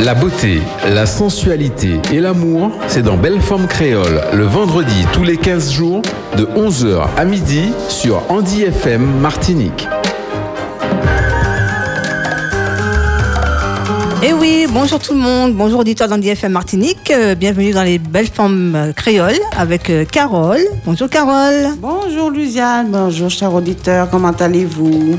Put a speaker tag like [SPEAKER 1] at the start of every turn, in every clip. [SPEAKER 1] La beauté, la sensualité et l'amour, c'est dans Belle Forme Créole, le vendredi tous les 15 jours, de 11h à midi, sur Andy FM Martinique.
[SPEAKER 2] Eh oui, bonjour tout le monde, bonjour auditeurs d'AndiFM Martinique, euh, bienvenue dans les belles formes euh, créoles avec euh, Carole. Bonjour Carole.
[SPEAKER 3] Bonjour Luciane, bonjour chers auditeurs, comment allez-vous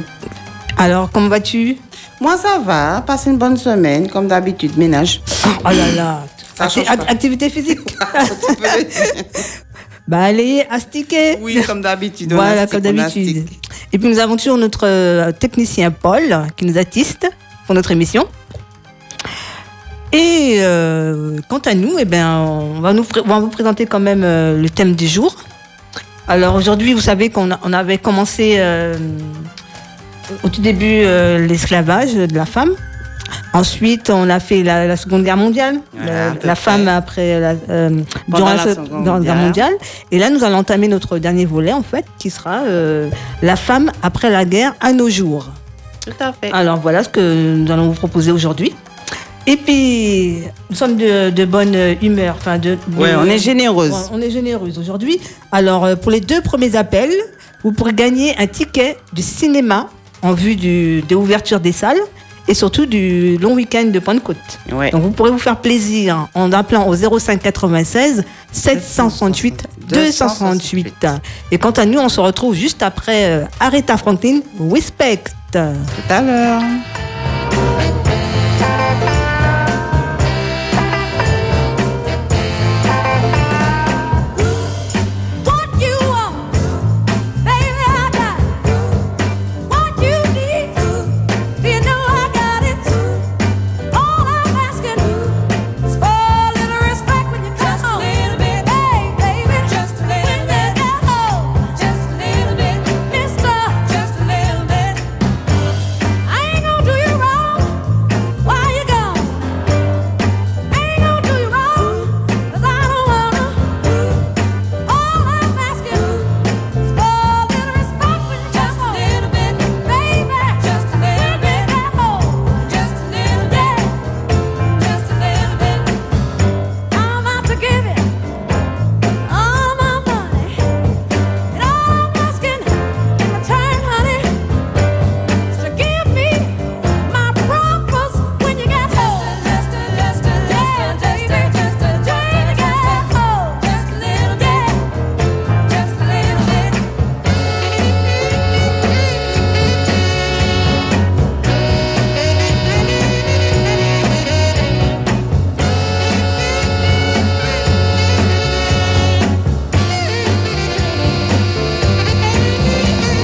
[SPEAKER 2] Alors, comment vas-tu
[SPEAKER 3] Moi ça va, passez une bonne semaine, comme d'habitude, ménage.
[SPEAKER 2] Oh là là,
[SPEAKER 3] Ça
[SPEAKER 2] acti-
[SPEAKER 3] change pas.
[SPEAKER 2] act- activité physique. Bah,
[SPEAKER 3] Tu peux le dire.
[SPEAKER 2] Balayer, astiquer.
[SPEAKER 3] oui, comme d'habitude. on
[SPEAKER 2] Voilà,
[SPEAKER 3] astique,
[SPEAKER 2] comme
[SPEAKER 3] on
[SPEAKER 2] d'habitude.
[SPEAKER 3] astique.
[SPEAKER 2] Et puis nous avons toujours notre euh, technicien Paul qui nous assiste pour notre émission. Et euh, quant à nous, eh ben, on, va nous pré- on va vous présenter quand même euh, le thème du jour. Alors aujourd'hui, vous savez qu'on a- on avait commencé euh, au tout début euh, l'esclavage de la femme. Ensuite, on a fait la, la Seconde Guerre mondiale,
[SPEAKER 3] Voilà,
[SPEAKER 2] la-
[SPEAKER 3] à peu
[SPEAKER 2] la
[SPEAKER 3] près.
[SPEAKER 2] femme après la, euh,
[SPEAKER 3] Pendant
[SPEAKER 2] durant la
[SPEAKER 3] la
[SPEAKER 2] se-
[SPEAKER 3] Seconde
[SPEAKER 2] durant la Guerre
[SPEAKER 3] Guerre.
[SPEAKER 2] mondiale. Et là, nous allons entamer notre dernier volet, en fait, qui sera euh, la femme après la guerre à nos jours.
[SPEAKER 3] Tout à fait.
[SPEAKER 2] Alors voilà ce que nous allons vous proposer aujourd'hui. Et puis, nous sommes de, de bonne humeur. Enfin, de, de-
[SPEAKER 3] Ouais, on est généreuse.
[SPEAKER 2] Ouais, on est généreuse aujourd'hui. Alors, euh, pour les deux premiers appels, vous pourrez gagner un ticket du cinéma en vue du, de l'ouverture des salles et surtout du long week-end de Pentecôte.
[SPEAKER 3] Ouais.
[SPEAKER 2] Donc vous pourrez vous faire plaisir en appelant au 05 96 768 268. Et quant à nous, on se retrouve juste après euh, Aretha Franklin, Respect.
[SPEAKER 3] Tout à l'heure.
[SPEAKER 4] What you want, baby, I got it. What you need, you know I got it too. All I'm asking you is for a little respect when you come home, baby. Just a little bit, just a little bit, Mister, just a little bit. I ain't gonna do you wrong while you gone. Ain't gonna do you wrong 'cause I don't wanna. All I'm asking is for a little respect when you just a little bit, baby, just a little bit, just a little bit, just a little bit. I'm out to give it all my money, and all I'm asking in return, honey, is to give me my promise when you get home, just a, just a, just a, just a, just a little bit. Just a little bit.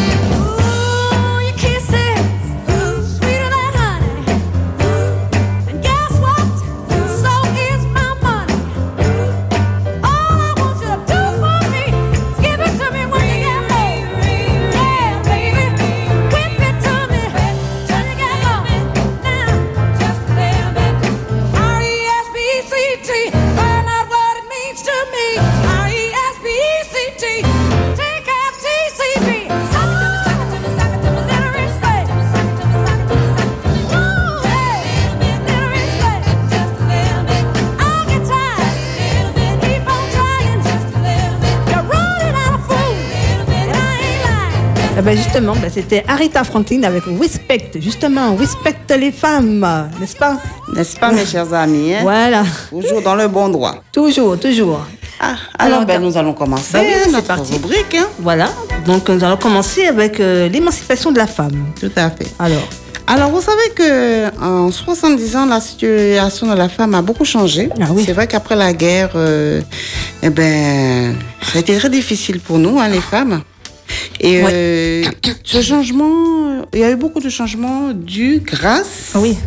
[SPEAKER 4] Ooh, your kisses, ooh, sweeter than honey. Ooh, and guess what? So is my money. All I want you to do for me is give it to me when you get home. Yeah, baby, whip it to me till you get home. Now, just a little bit. R E S P E C T, find out what it means to me. R E S P E C T, take out T C B. Suck it to me, suck it to me, suck it to me, little respect. Suck it to me, suck it to me, suck it to me. Ooh, hey, little respect, just a little bit. I'll get tired, keep on trying, just a little bit. You're running out of food, and I ain't lying.
[SPEAKER 2] Eh ben justement, ben c'était Aretha Franklin avec Respect. Justement, respecte les femmes, n'est-ce pas
[SPEAKER 3] N'est-ce pas, mes chers amis hein
[SPEAKER 2] Voilà,
[SPEAKER 3] Toujours dans le bon droit.
[SPEAKER 2] toujours, toujours.
[SPEAKER 3] Ah, alors,
[SPEAKER 2] Alors,
[SPEAKER 3] ben,
[SPEAKER 2] car-
[SPEAKER 3] nous allons commencer
[SPEAKER 2] Bah oui,
[SPEAKER 3] hein,
[SPEAKER 2] c'est
[SPEAKER 3] notre
[SPEAKER 2] parti.
[SPEAKER 3] rubrique. hein.
[SPEAKER 2] Voilà, donc nous allons commencer avec euh, l'émancipation de la femme.
[SPEAKER 3] Tout à fait.
[SPEAKER 2] Alors,
[SPEAKER 3] Alors, vous savez que en 70 ans, la situation de la femme a beaucoup changé.
[SPEAKER 2] Ah oui.
[SPEAKER 3] C'est vrai qu'après la guerre, euh, eh ben, ça a été très difficile pour nous, hein, les femmes. Et
[SPEAKER 2] Ouais.
[SPEAKER 3] euh, ce changement, euh, il y a eu beaucoup de changements dus grâce
[SPEAKER 2] oui,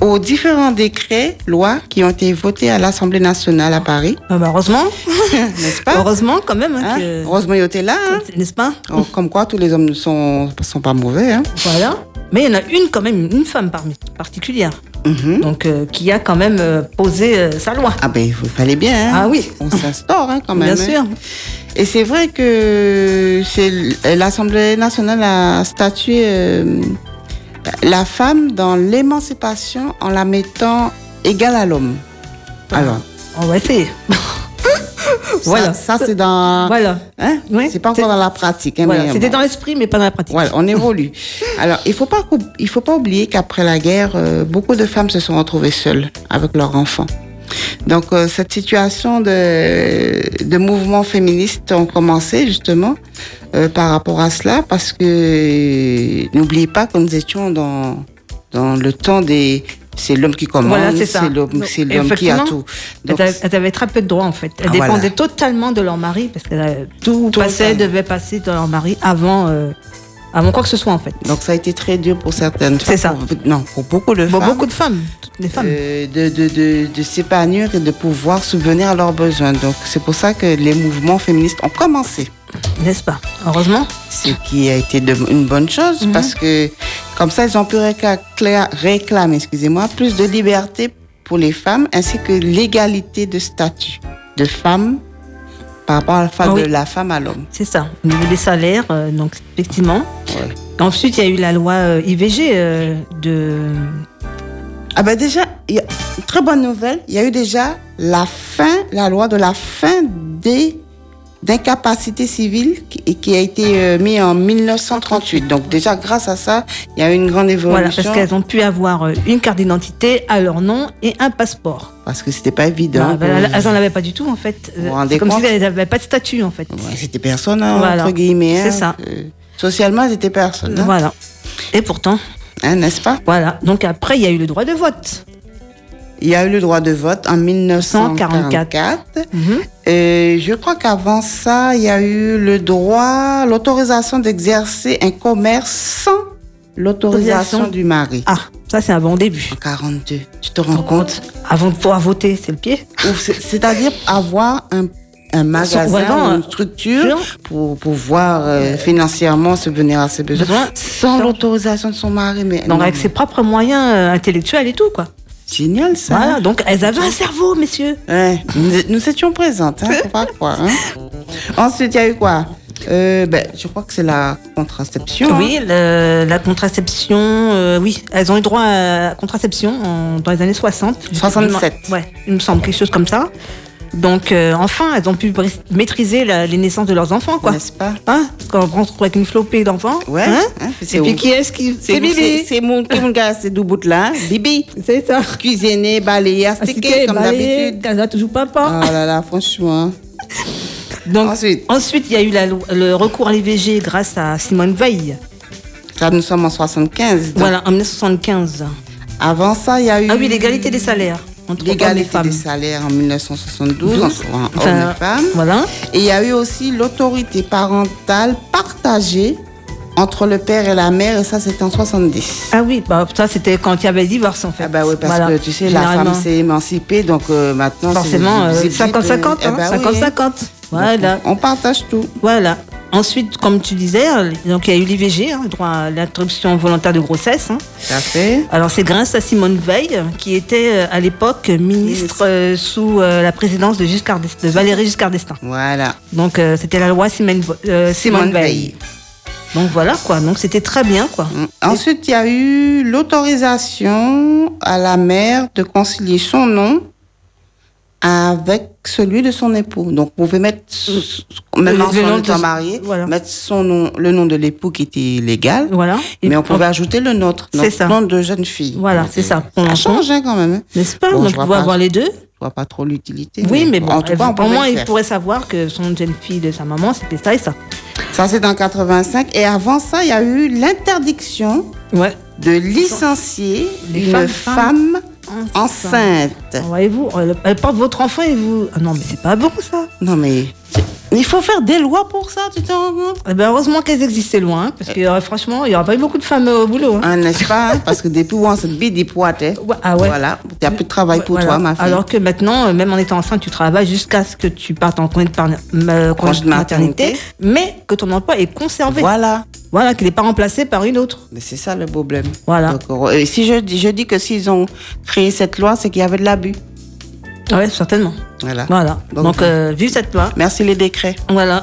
[SPEAKER 3] aux différents décrets, lois qui ont été votés à l'Assemblée nationale à Paris,
[SPEAKER 2] Ah ben, heureusement,
[SPEAKER 3] n'est-ce pas
[SPEAKER 2] heureusement quand même, hein,
[SPEAKER 3] Hein
[SPEAKER 2] que-
[SPEAKER 3] Heureusement, il était là. hein.
[SPEAKER 2] n'est-ce pas
[SPEAKER 3] Oh, Comme quoi, tous les hommes ne sont, sont pas mauvais. hein.
[SPEAKER 2] Voilà. Mais il y en a une quand même, une femme parmi, particulière,
[SPEAKER 3] Mhm.
[SPEAKER 2] donc euh, qui a quand même euh, posé euh, sa loi.
[SPEAKER 3] Ah ben, il fallait bien. hein.
[SPEAKER 2] Ah oui.
[SPEAKER 3] On s'instaure hein, quand même.
[SPEAKER 2] Bien
[SPEAKER 3] hein.
[SPEAKER 2] sûr.
[SPEAKER 3] Et c'est vrai que c'est l- l'Assemblée nationale a statué euh, la femme dans l'émancipation en la mettant égal à l'homme. Alors,
[SPEAKER 2] On va essayer. Ah. Voilà.
[SPEAKER 3] ça, ça, c'est dans.
[SPEAKER 2] Voilà.
[SPEAKER 3] Hein?
[SPEAKER 2] Oui.
[SPEAKER 3] C'est pas encore dans la pratique. hein,
[SPEAKER 2] Voilà,
[SPEAKER 3] mais
[SPEAKER 2] C'était
[SPEAKER 3] bon.
[SPEAKER 2] dans l'esprit, mais pas dans la pratique.
[SPEAKER 3] Voilà, on évolue. Alors, il faut pas, qu'oub- il faut pas oublier qu'après la guerre, euh, beaucoup de femmes se sont retrouvées seules avec leurs enfants. Donc, euh, cette situation de, de mouvements féministes ont commencé justement euh, par rapport à cela, parce que euh, n'oubliez pas que nous étions dans, dans le temps des. C'est l'homme qui commande,
[SPEAKER 2] Voilà, c'est ça.
[SPEAKER 3] c'est l'homme c'est
[SPEAKER 2] Donc,
[SPEAKER 3] l'homme qui a
[SPEAKER 2] effectivement,
[SPEAKER 3] tout.
[SPEAKER 2] Elles
[SPEAKER 3] Donc,
[SPEAKER 2] avaient- elles avaient très peu de droits en fait. Elles
[SPEAKER 3] Ah,
[SPEAKER 2] dépendaient
[SPEAKER 3] voilà.
[SPEAKER 2] totalement de leur mari parce que euh, tout,
[SPEAKER 3] Tout
[SPEAKER 2] passait,
[SPEAKER 3] totalement.
[SPEAKER 2] devait passer dans leur mari avant, euh, avant quoi que ce soit en fait.
[SPEAKER 3] donc, ça a été très dur pour certaines
[SPEAKER 2] C'est
[SPEAKER 3] femmes, pour- non, pour beaucoup de
[SPEAKER 2] Bon,
[SPEAKER 3] femmes.
[SPEAKER 2] beaucoup de femmes, toutes les femmes.
[SPEAKER 3] euh, de, de, de, de s'épanouir et de pouvoir subvenir à leurs besoins. Donc c'est pour ça que les mouvements féministes ont commencé,
[SPEAKER 2] N'est-ce pas Heureusement.
[SPEAKER 3] ce qui a été de- une bonne chose
[SPEAKER 2] Mhm.
[SPEAKER 3] parce que comme ça, ils ont pu récla- cla- réclamer excusez-moi, plus de liberté pour les femmes ainsi que l'égalité de statut de femmes par rapport à la femme,
[SPEAKER 2] Ah oui.
[SPEAKER 3] de la femme à l'homme.
[SPEAKER 2] C'est ça. Au niveau des salaires, euh, donc effectivement.
[SPEAKER 3] Ouais.
[SPEAKER 2] Ensuite, il y a eu la loi euh, IVG euh, de.
[SPEAKER 3] Ah ben déjà, il y a une très bonne nouvelle, il y a eu déjà la fin, la loi de la fin des d'incapacité civile qui, et qui a été euh, mise en 1938. Donc déjà grâce à ça, il y a eu une grande
[SPEAKER 2] Voilà,
[SPEAKER 3] évolution
[SPEAKER 2] parce qu'elles ont pu avoir euh, une carte d'identité à leur nom et un passeport.
[SPEAKER 3] parce que c'était pas évident. euh,
[SPEAKER 2] Non,
[SPEAKER 3] que-
[SPEAKER 2] ben, elles n'en avaient pas du tout en fait.
[SPEAKER 3] Vous vous
[SPEAKER 2] Euh,
[SPEAKER 3] rendez
[SPEAKER 2] c'est comme
[SPEAKER 3] compte
[SPEAKER 2] si elles n'avaient pas de statut en fait.
[SPEAKER 3] Ouais, c'était personne hein,
[SPEAKER 2] Voilà.
[SPEAKER 3] entre guillemets.
[SPEAKER 2] C'est ça.
[SPEAKER 3] Euh, socialement, elles étaient personne, hein,
[SPEAKER 2] Voilà. Et pourtant,
[SPEAKER 3] hein, n'est-ce pas
[SPEAKER 2] voilà. Donc après, il y a eu le droit de vote.
[SPEAKER 3] Il y a eu le droit de vote en 1944.
[SPEAKER 2] Mhm.
[SPEAKER 3] Euh, je crois qu'avant ça, il y a eu le droit, l'autorisation d'exercer un commerce sans l'autorisation
[SPEAKER 2] Autorisation.
[SPEAKER 3] du mari.
[SPEAKER 2] Ah, ça c'est un bon début.
[SPEAKER 3] En 42, tu te
[SPEAKER 2] Oh.
[SPEAKER 3] rends compte
[SPEAKER 2] Avant de pouvoir voter, c'est le pied.
[SPEAKER 3] Ou c'est- C'est-à-dire avoir un, un magasin,
[SPEAKER 2] Vraiment, euh,
[SPEAKER 3] ou une structure
[SPEAKER 2] genre.
[SPEAKER 3] pour pouvoir euh, financièrement subvenir à ses besoins
[SPEAKER 2] Besoin.
[SPEAKER 3] sans l'autorisation de son mari. Mais
[SPEAKER 2] Donc
[SPEAKER 3] non,
[SPEAKER 2] avec ses propres moyens euh, intellectuels et tout quoi.
[SPEAKER 3] génial ça. hein?
[SPEAKER 2] Voilà. Donc elles avaient un cerveau, messieurs.
[SPEAKER 3] Ouais, nous, nous étions présentes, hein, faut pas croire. hein. Ensuite, il y a eu quoi Euh, ben, Je crois que c'est la contraception. hein.
[SPEAKER 2] Oui, le- la contraception, euh, oui, elles ont eu droit à la contraception en- dans les années 60.
[SPEAKER 3] 67.
[SPEAKER 2] Ouais, il me semble, quelque chose comme ça. Donc, euh, enfin, elles ont pu bri- maîtriser la- les naissances de leurs enfants, quoi.
[SPEAKER 3] N'est-ce pas
[SPEAKER 2] Hein Parce qu'on on se retrouve avec une flopée d'enfants.
[SPEAKER 3] Ouais,
[SPEAKER 2] hein
[SPEAKER 3] hein, c'est
[SPEAKER 2] Et puis
[SPEAKER 3] où
[SPEAKER 2] qui est-ce qui...
[SPEAKER 3] C'est Bibi. C'est mon, c'est mon gars, c'est Doubout là. Bibi.
[SPEAKER 2] C'est ça.
[SPEAKER 3] Cuisiner, balayer, Ah,
[SPEAKER 2] Ah,
[SPEAKER 3] astiquer, comme d'habitude.
[SPEAKER 2] Elle a bah, toujours
[SPEAKER 3] Oh
[SPEAKER 2] papa.
[SPEAKER 3] là là, franchement.
[SPEAKER 2] Donc,
[SPEAKER 3] Ensuite.
[SPEAKER 2] ensuite, il y a eu la lo- le recours à l'IVG grâce à Simone Veil.
[SPEAKER 3] Là, nous sommes en 75. donc
[SPEAKER 2] Voilà, en 1975.
[SPEAKER 3] Avant ça, il y a eu.
[SPEAKER 2] Ah oui, l'égalité des salaires. entre hommes et
[SPEAKER 3] L'égalité
[SPEAKER 2] femmes.
[SPEAKER 3] des salaires en 1972 entre hommes
[SPEAKER 2] Enfin,
[SPEAKER 3] et femmes.
[SPEAKER 2] Voilà.
[SPEAKER 3] Et il y a eu aussi l'autorité parentale partagée entre le père et la mère, et ça c'était en 70.
[SPEAKER 2] Ah oui, bah, ça c'était quand il y avait le divorce en fait.
[SPEAKER 3] Ah bah oui, parce
[SPEAKER 2] Voilà.
[SPEAKER 3] que tu sais, la femme
[SPEAKER 2] Généralement.
[SPEAKER 3] s'est émancipée, donc euh, maintenant... c'est-
[SPEAKER 2] Forcément, euh,
[SPEAKER 3] c'est-
[SPEAKER 2] 50-50.
[SPEAKER 3] eh
[SPEAKER 2] hein,
[SPEAKER 3] bah oui, hein.
[SPEAKER 2] 50-50. Voilà.
[SPEAKER 3] Donc, On partage tout.
[SPEAKER 2] Voilà. Ensuite, comme tu disais, euh, donc il y a eu l'IVG, hein, le droit à l'interruption volontaire de grossesse. hein.
[SPEAKER 3] Tout à fait.
[SPEAKER 2] Alors c'est grâce à Simone Veil, euh, qui était euh, à l'époque euh, ministre euh, sous euh, la présidence de, Giscard d'Est- de Valérie Giscard d'Estaing.
[SPEAKER 3] Voilà.
[SPEAKER 2] Donc euh, c'était la loi Simone, Vo- euh, Simone Veil. Donc voilà quoi. Donc c'était très bien quoi.
[SPEAKER 3] Mm. Ensuite, il y a eu l'autorisation à la mère de concilier son nom avec celui de son époux. Donc, vous pouvez mettre, s- même
[SPEAKER 2] Mm. Le-
[SPEAKER 3] en
[SPEAKER 2] le nom
[SPEAKER 3] son
[SPEAKER 2] de
[SPEAKER 3] étant
[SPEAKER 2] son-
[SPEAKER 3] marié,
[SPEAKER 2] voilà.
[SPEAKER 3] mettre son nom, le nom de l'époux qui était légal.
[SPEAKER 2] Voilà. Et
[SPEAKER 3] mais on
[SPEAKER 2] puis,
[SPEAKER 3] pouvait ajouter le nôtre,
[SPEAKER 2] C'est
[SPEAKER 3] notre
[SPEAKER 2] ça.
[SPEAKER 3] nom de jeune fille.
[SPEAKER 2] Voilà,
[SPEAKER 3] Donc,
[SPEAKER 2] c'est ça.
[SPEAKER 3] euh,
[SPEAKER 2] On
[SPEAKER 3] Ça
[SPEAKER 2] en
[SPEAKER 3] change hein, quand même. hein.
[SPEAKER 2] N'est-ce pas
[SPEAKER 3] Bon,
[SPEAKER 2] Donc
[SPEAKER 3] je vois
[SPEAKER 2] on va
[SPEAKER 3] pas-
[SPEAKER 2] avoir les deux.
[SPEAKER 3] Je vois pas trop l'utilité.
[SPEAKER 2] Oui, mais bon,
[SPEAKER 3] en tout
[SPEAKER 2] elle-
[SPEAKER 3] cas, on
[SPEAKER 2] au
[SPEAKER 3] pouvait
[SPEAKER 2] moins,
[SPEAKER 3] le
[SPEAKER 2] il
[SPEAKER 3] faire.
[SPEAKER 2] pourrait savoir que son jeune fille de sa maman, c'était ça et ça.
[SPEAKER 3] Ça, c'est en 85. Et avant ça, il y a eu l'interdiction
[SPEAKER 2] Ouais.
[SPEAKER 3] de licencier
[SPEAKER 2] Les
[SPEAKER 3] une
[SPEAKER 2] femmes-
[SPEAKER 3] femme enceinte.
[SPEAKER 2] Voyez-vous, elle, elle porte votre enfant et vous. Ah non, mais c'est pas bon ça.
[SPEAKER 3] Non, mais il faut faire des lois pour ça, tu te rends compte
[SPEAKER 2] Eh ben, heureusement qu'elles existaient loin, hein, parce que euh, franchement, il n'y aura pas eu beaucoup de femmes euh, au boulot. hein.
[SPEAKER 3] Hein, N'est-ce pas hein? Parce que depuis où on se bide, il poite. hein.
[SPEAKER 2] Ouais, ah ouais.
[SPEAKER 3] Voilà, il n'y a plus de travail pour
[SPEAKER 2] Voilà.
[SPEAKER 3] toi, ma fille.
[SPEAKER 2] Alors que maintenant, euh, même en étant enceinte, tu travailles jusqu'à ce que tu partes en congé de par- ma- euh, congé de maternité,
[SPEAKER 3] maternité.
[SPEAKER 2] mais que ton emploi est conservé. Voilà,
[SPEAKER 3] voilà.
[SPEAKER 2] qu'il n'est pas remplacé par une autre.
[SPEAKER 3] Mais c'est ça le problème.
[SPEAKER 2] Voilà.
[SPEAKER 3] Donc, euh, si je, dis- je dis que s'ils ont créé cette loi, c'est qu'il y avait de l'abus.
[SPEAKER 2] Ouais, certainement.
[SPEAKER 3] Voilà.
[SPEAKER 2] Voilà. euh,
[SPEAKER 3] Donc,
[SPEAKER 2] Donc, euh, vive cette loi.
[SPEAKER 3] Merci les décrets.
[SPEAKER 2] Voilà.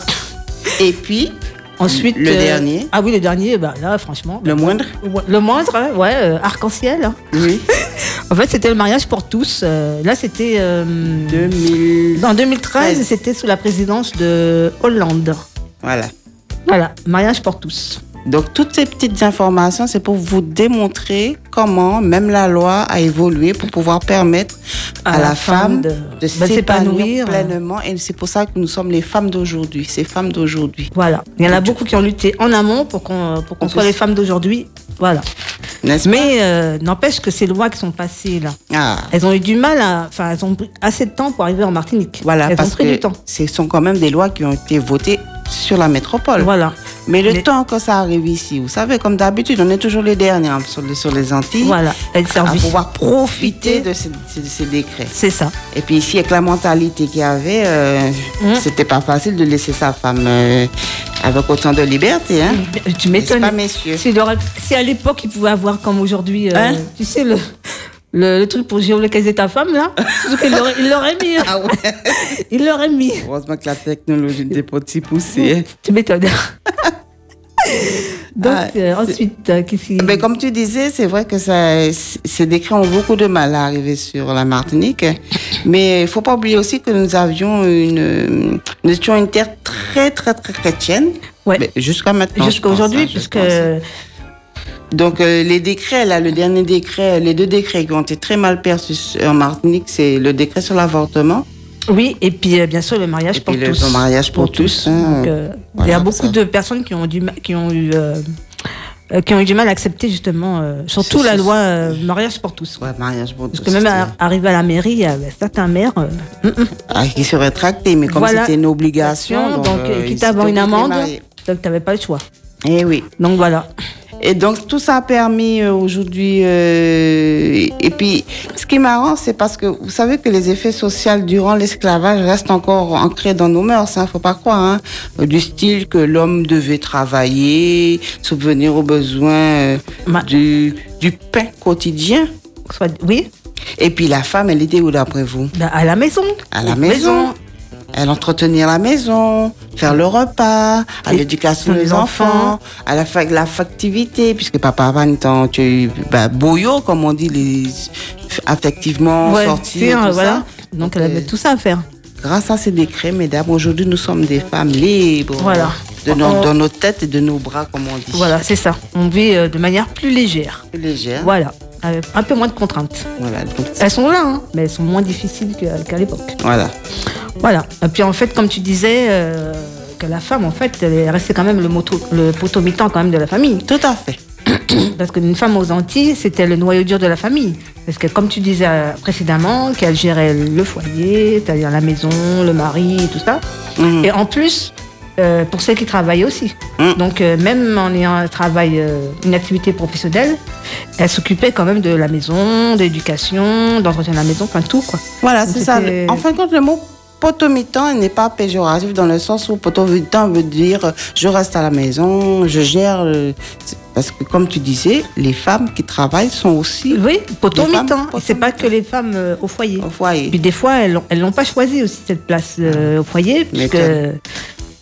[SPEAKER 3] Et puis,
[SPEAKER 2] Ensuite,
[SPEAKER 3] Le dernier.
[SPEAKER 2] Ah oui, le dernier, ben là, franchement.
[SPEAKER 3] Le moindre
[SPEAKER 2] Ouais, Le moindre, hein, ouais, euh, arc-en-ciel. hein.
[SPEAKER 3] Oui.
[SPEAKER 2] En fait, c'était le mariage pour tous. Euh, là, c'était. euh,
[SPEAKER 3] 2000.
[SPEAKER 2] En 2013,
[SPEAKER 3] Treize.
[SPEAKER 2] c'était sous la présidence de Hollande.
[SPEAKER 3] Voilà.
[SPEAKER 2] Voilà, mariage pour tous.
[SPEAKER 3] Donc, toutes ces petites informations, c'est pour vous démontrer comment même la loi a évolué pour pouvoir permettre à, la, femme de,
[SPEAKER 2] ben,
[SPEAKER 3] s'épanouir
[SPEAKER 2] s'épanouir.
[SPEAKER 3] pleinement. Et c'est pour ça que nous sommes les femmes d'aujourd'hui, ces femmes d'aujourd'hui.
[SPEAKER 2] Voilà. Il y en a beaucoup qui ont lutté en amont pour qu'on euh, pour qu'on
[SPEAKER 3] On
[SPEAKER 2] soit
[SPEAKER 3] peut-
[SPEAKER 2] les femmes d'aujourd'hui. Voilà.
[SPEAKER 3] N'est-ce pas
[SPEAKER 2] Mais euh, n'empêche que ces lois qui sont passées là,
[SPEAKER 3] Ah.
[SPEAKER 2] elles ont eu du mal à. Enfin, elles ont pris assez de temps pour arriver en Martinique.
[SPEAKER 3] Voilà,
[SPEAKER 2] elles
[SPEAKER 3] parce
[SPEAKER 2] ont pris
[SPEAKER 3] que
[SPEAKER 2] du temps.
[SPEAKER 3] ce sont quand même des lois qui ont été votées sur la métropole.
[SPEAKER 2] Voilà.
[SPEAKER 3] Mais le
[SPEAKER 2] Mais-
[SPEAKER 3] temps que ça arrive ici, vous savez, comme d'habitude, on est toujours les derniers hein, sur, les- sur les Antilles
[SPEAKER 2] Voilà. Elles
[SPEAKER 3] à
[SPEAKER 2] servent.
[SPEAKER 3] pouvoir profiter de ces, ces- ces décrets.
[SPEAKER 2] C'est ça.
[SPEAKER 3] Et puis ici, avec la mentalité qu'il y avait, euh,
[SPEAKER 2] Mhm.
[SPEAKER 3] c'était pas facile de laisser sa femme euh, avec autant de liberté. Hein.
[SPEAKER 2] Tu
[SPEAKER 3] N'est-ce
[SPEAKER 2] m'étonnes.
[SPEAKER 3] pas, messieurs
[SPEAKER 2] Si, à l'époque, il pouvait avoir comme aujourd'hui, euh,
[SPEAKER 3] Hein
[SPEAKER 2] tu sais, le, le, le truc pour géolocaliser ta femme, là, Surtout qu'il l'aurait- il l'aurait mis.
[SPEAKER 3] Ah ouais.
[SPEAKER 2] Il l'aurait mis.
[SPEAKER 3] Heureusement que la technologie n'était pas si poussée.
[SPEAKER 2] Tu m'étonnes. Donc,
[SPEAKER 3] Ah, Eh ben,
[SPEAKER 2] euh, ensuite, euh, qu'est-ce qui-
[SPEAKER 3] Mais comme tu disais, c'est vrai que ça, c- ces décrets ont beaucoup de mal à arriver sur la Martinique. Mais il faut pas oublier aussi que nous avions une, nous étions une terre très, très, très chrétienne.
[SPEAKER 2] Ouais.
[SPEAKER 3] Mais Jusqu'à maintenant. je
[SPEAKER 2] Jusqu'à
[SPEAKER 3] pense,
[SPEAKER 2] aujourd'hui,
[SPEAKER 3] hein, je
[SPEAKER 2] puisque.
[SPEAKER 3] pense. Donc, euh, les décrets, là, le dernier décret, les deux décrets qui ont été très mal perçus en Martinique, c'est le décret sur l'avortement
[SPEAKER 2] Oui, et puis euh, bien sûr, le mariage
[SPEAKER 3] et
[SPEAKER 2] pour
[SPEAKER 3] puis le
[SPEAKER 2] tous.
[SPEAKER 3] le mariage pour, tous. hein.
[SPEAKER 2] Donc, euh, il y
[SPEAKER 3] voilà,
[SPEAKER 2] a beaucoup
[SPEAKER 3] ça.
[SPEAKER 2] de personnes qui ont, du ma- qui ont eu. euh, euh, qui ont eu du mal à accepter justement, euh, surtout
[SPEAKER 3] C'est-
[SPEAKER 2] la
[SPEAKER 3] c'est-
[SPEAKER 2] loi euh, mariage pour tous.
[SPEAKER 3] Ouais, mariage pour
[SPEAKER 2] Parce
[SPEAKER 3] tous.
[SPEAKER 2] que même
[SPEAKER 3] c'était-
[SPEAKER 2] à- arrivé à la mairie, il y a certains maires euh,
[SPEAKER 3] Ah, qui se rétractait, mais comme
[SPEAKER 2] Voilà.
[SPEAKER 3] c'était une obligation.
[SPEAKER 2] donc,
[SPEAKER 3] euh,
[SPEAKER 2] euh, quitte
[SPEAKER 3] ils
[SPEAKER 2] à avoir une
[SPEAKER 3] étaient obligés de
[SPEAKER 2] amende,
[SPEAKER 3] marier.
[SPEAKER 2] donc t'avais pas le choix.
[SPEAKER 3] Eh oui.
[SPEAKER 2] Donc voilà.
[SPEAKER 3] Et donc tout ça a permis euh, aujourd'hui. euh, et puis, ce qui est marrant, c'est parce que vous savez que les effets sociaux durant l'esclavage restent encore ancrés dans nos mœurs. Hein, faut pas croire. Hein, du style que l'homme devait travailler, subvenir aux besoins euh,
[SPEAKER 2] Ma-
[SPEAKER 3] du, du pain quotidien.
[SPEAKER 2] Soit, oui,
[SPEAKER 3] Et puis la femme, elle était où d'après vous
[SPEAKER 2] bah, à la maison.
[SPEAKER 3] À la maison. Elle entretenir la maison, faire le repas, à
[SPEAKER 2] Et-
[SPEAKER 3] l'éducation
[SPEAKER 2] des
[SPEAKER 3] des enfants, à la, fa- la factivité, puisque papa va temps, tu es bah, boyau, comme on dit, les, affectivement,
[SPEAKER 2] Ouais, c'est,
[SPEAKER 3] sortir,
[SPEAKER 2] euh,
[SPEAKER 3] tout
[SPEAKER 2] voilà.
[SPEAKER 3] ça.
[SPEAKER 2] Donc elle avait
[SPEAKER 3] euh,
[SPEAKER 2] tout ça à faire.
[SPEAKER 3] Grâce à ces décrets, mesdames, aujourd'hui, nous sommes des femmes libres.
[SPEAKER 2] Voilà.
[SPEAKER 3] De nos,
[SPEAKER 2] On-
[SPEAKER 3] dans nos têtes et de nos bras, comme on dit.
[SPEAKER 2] Voilà, c'est ça. On vit euh, de manière plus légère.
[SPEAKER 3] Légère.
[SPEAKER 2] Voilà, avec un peu moins de contraintes.
[SPEAKER 3] Voilà. donc,
[SPEAKER 2] Elles sont là, hein, mais elles sont moins difficiles que- qu'à l'époque.
[SPEAKER 3] voilà.
[SPEAKER 2] Voilà. Et puis en fait, comme tu disais, euh, que la femme, en fait, elle est restée quand même le, moto, le poteau mitant quand même de la famille.
[SPEAKER 3] Tout à fait.
[SPEAKER 2] Parce qu'une femme aux Antilles, c'était le noyau dur de la famille. Parce que, comme tu disais euh, précédemment, qu'elle gérait le foyer, c'est-à-dire la maison, le mari, et tout ça.
[SPEAKER 3] Mhm.
[SPEAKER 2] Et en plus, euh, pour celles qui travaillent aussi.
[SPEAKER 3] Mhm.
[SPEAKER 2] Donc, euh, même en ayant un travail, euh, une activité professionnelle, elle s'occupait quand même de la maison, d'éducation, d'entretien de la maison, enfin tout, quoi.
[SPEAKER 3] Voilà,
[SPEAKER 2] Donc,
[SPEAKER 3] c'est ça.
[SPEAKER 2] c'était-
[SPEAKER 3] En fin de compte, le mot potomitan n'est pas péjoratif dans le sens où potomitan veut dire euh, je reste à la maison, je gère. euh, c'est- Parce que, comme tu disais, les femmes qui travaillent sont aussi
[SPEAKER 2] Oui, poteau
[SPEAKER 3] Les femmes,
[SPEAKER 2] mitant.
[SPEAKER 3] poteau
[SPEAKER 2] C'est pas que les femmes euh, au foyer.
[SPEAKER 3] au
[SPEAKER 2] Et
[SPEAKER 3] foyer.
[SPEAKER 2] puis des fois, elles l'ont- elles l'ont pas choisi aussi cette place
[SPEAKER 3] Ah.
[SPEAKER 2] euh, au foyer, puisque
[SPEAKER 3] M'étonne.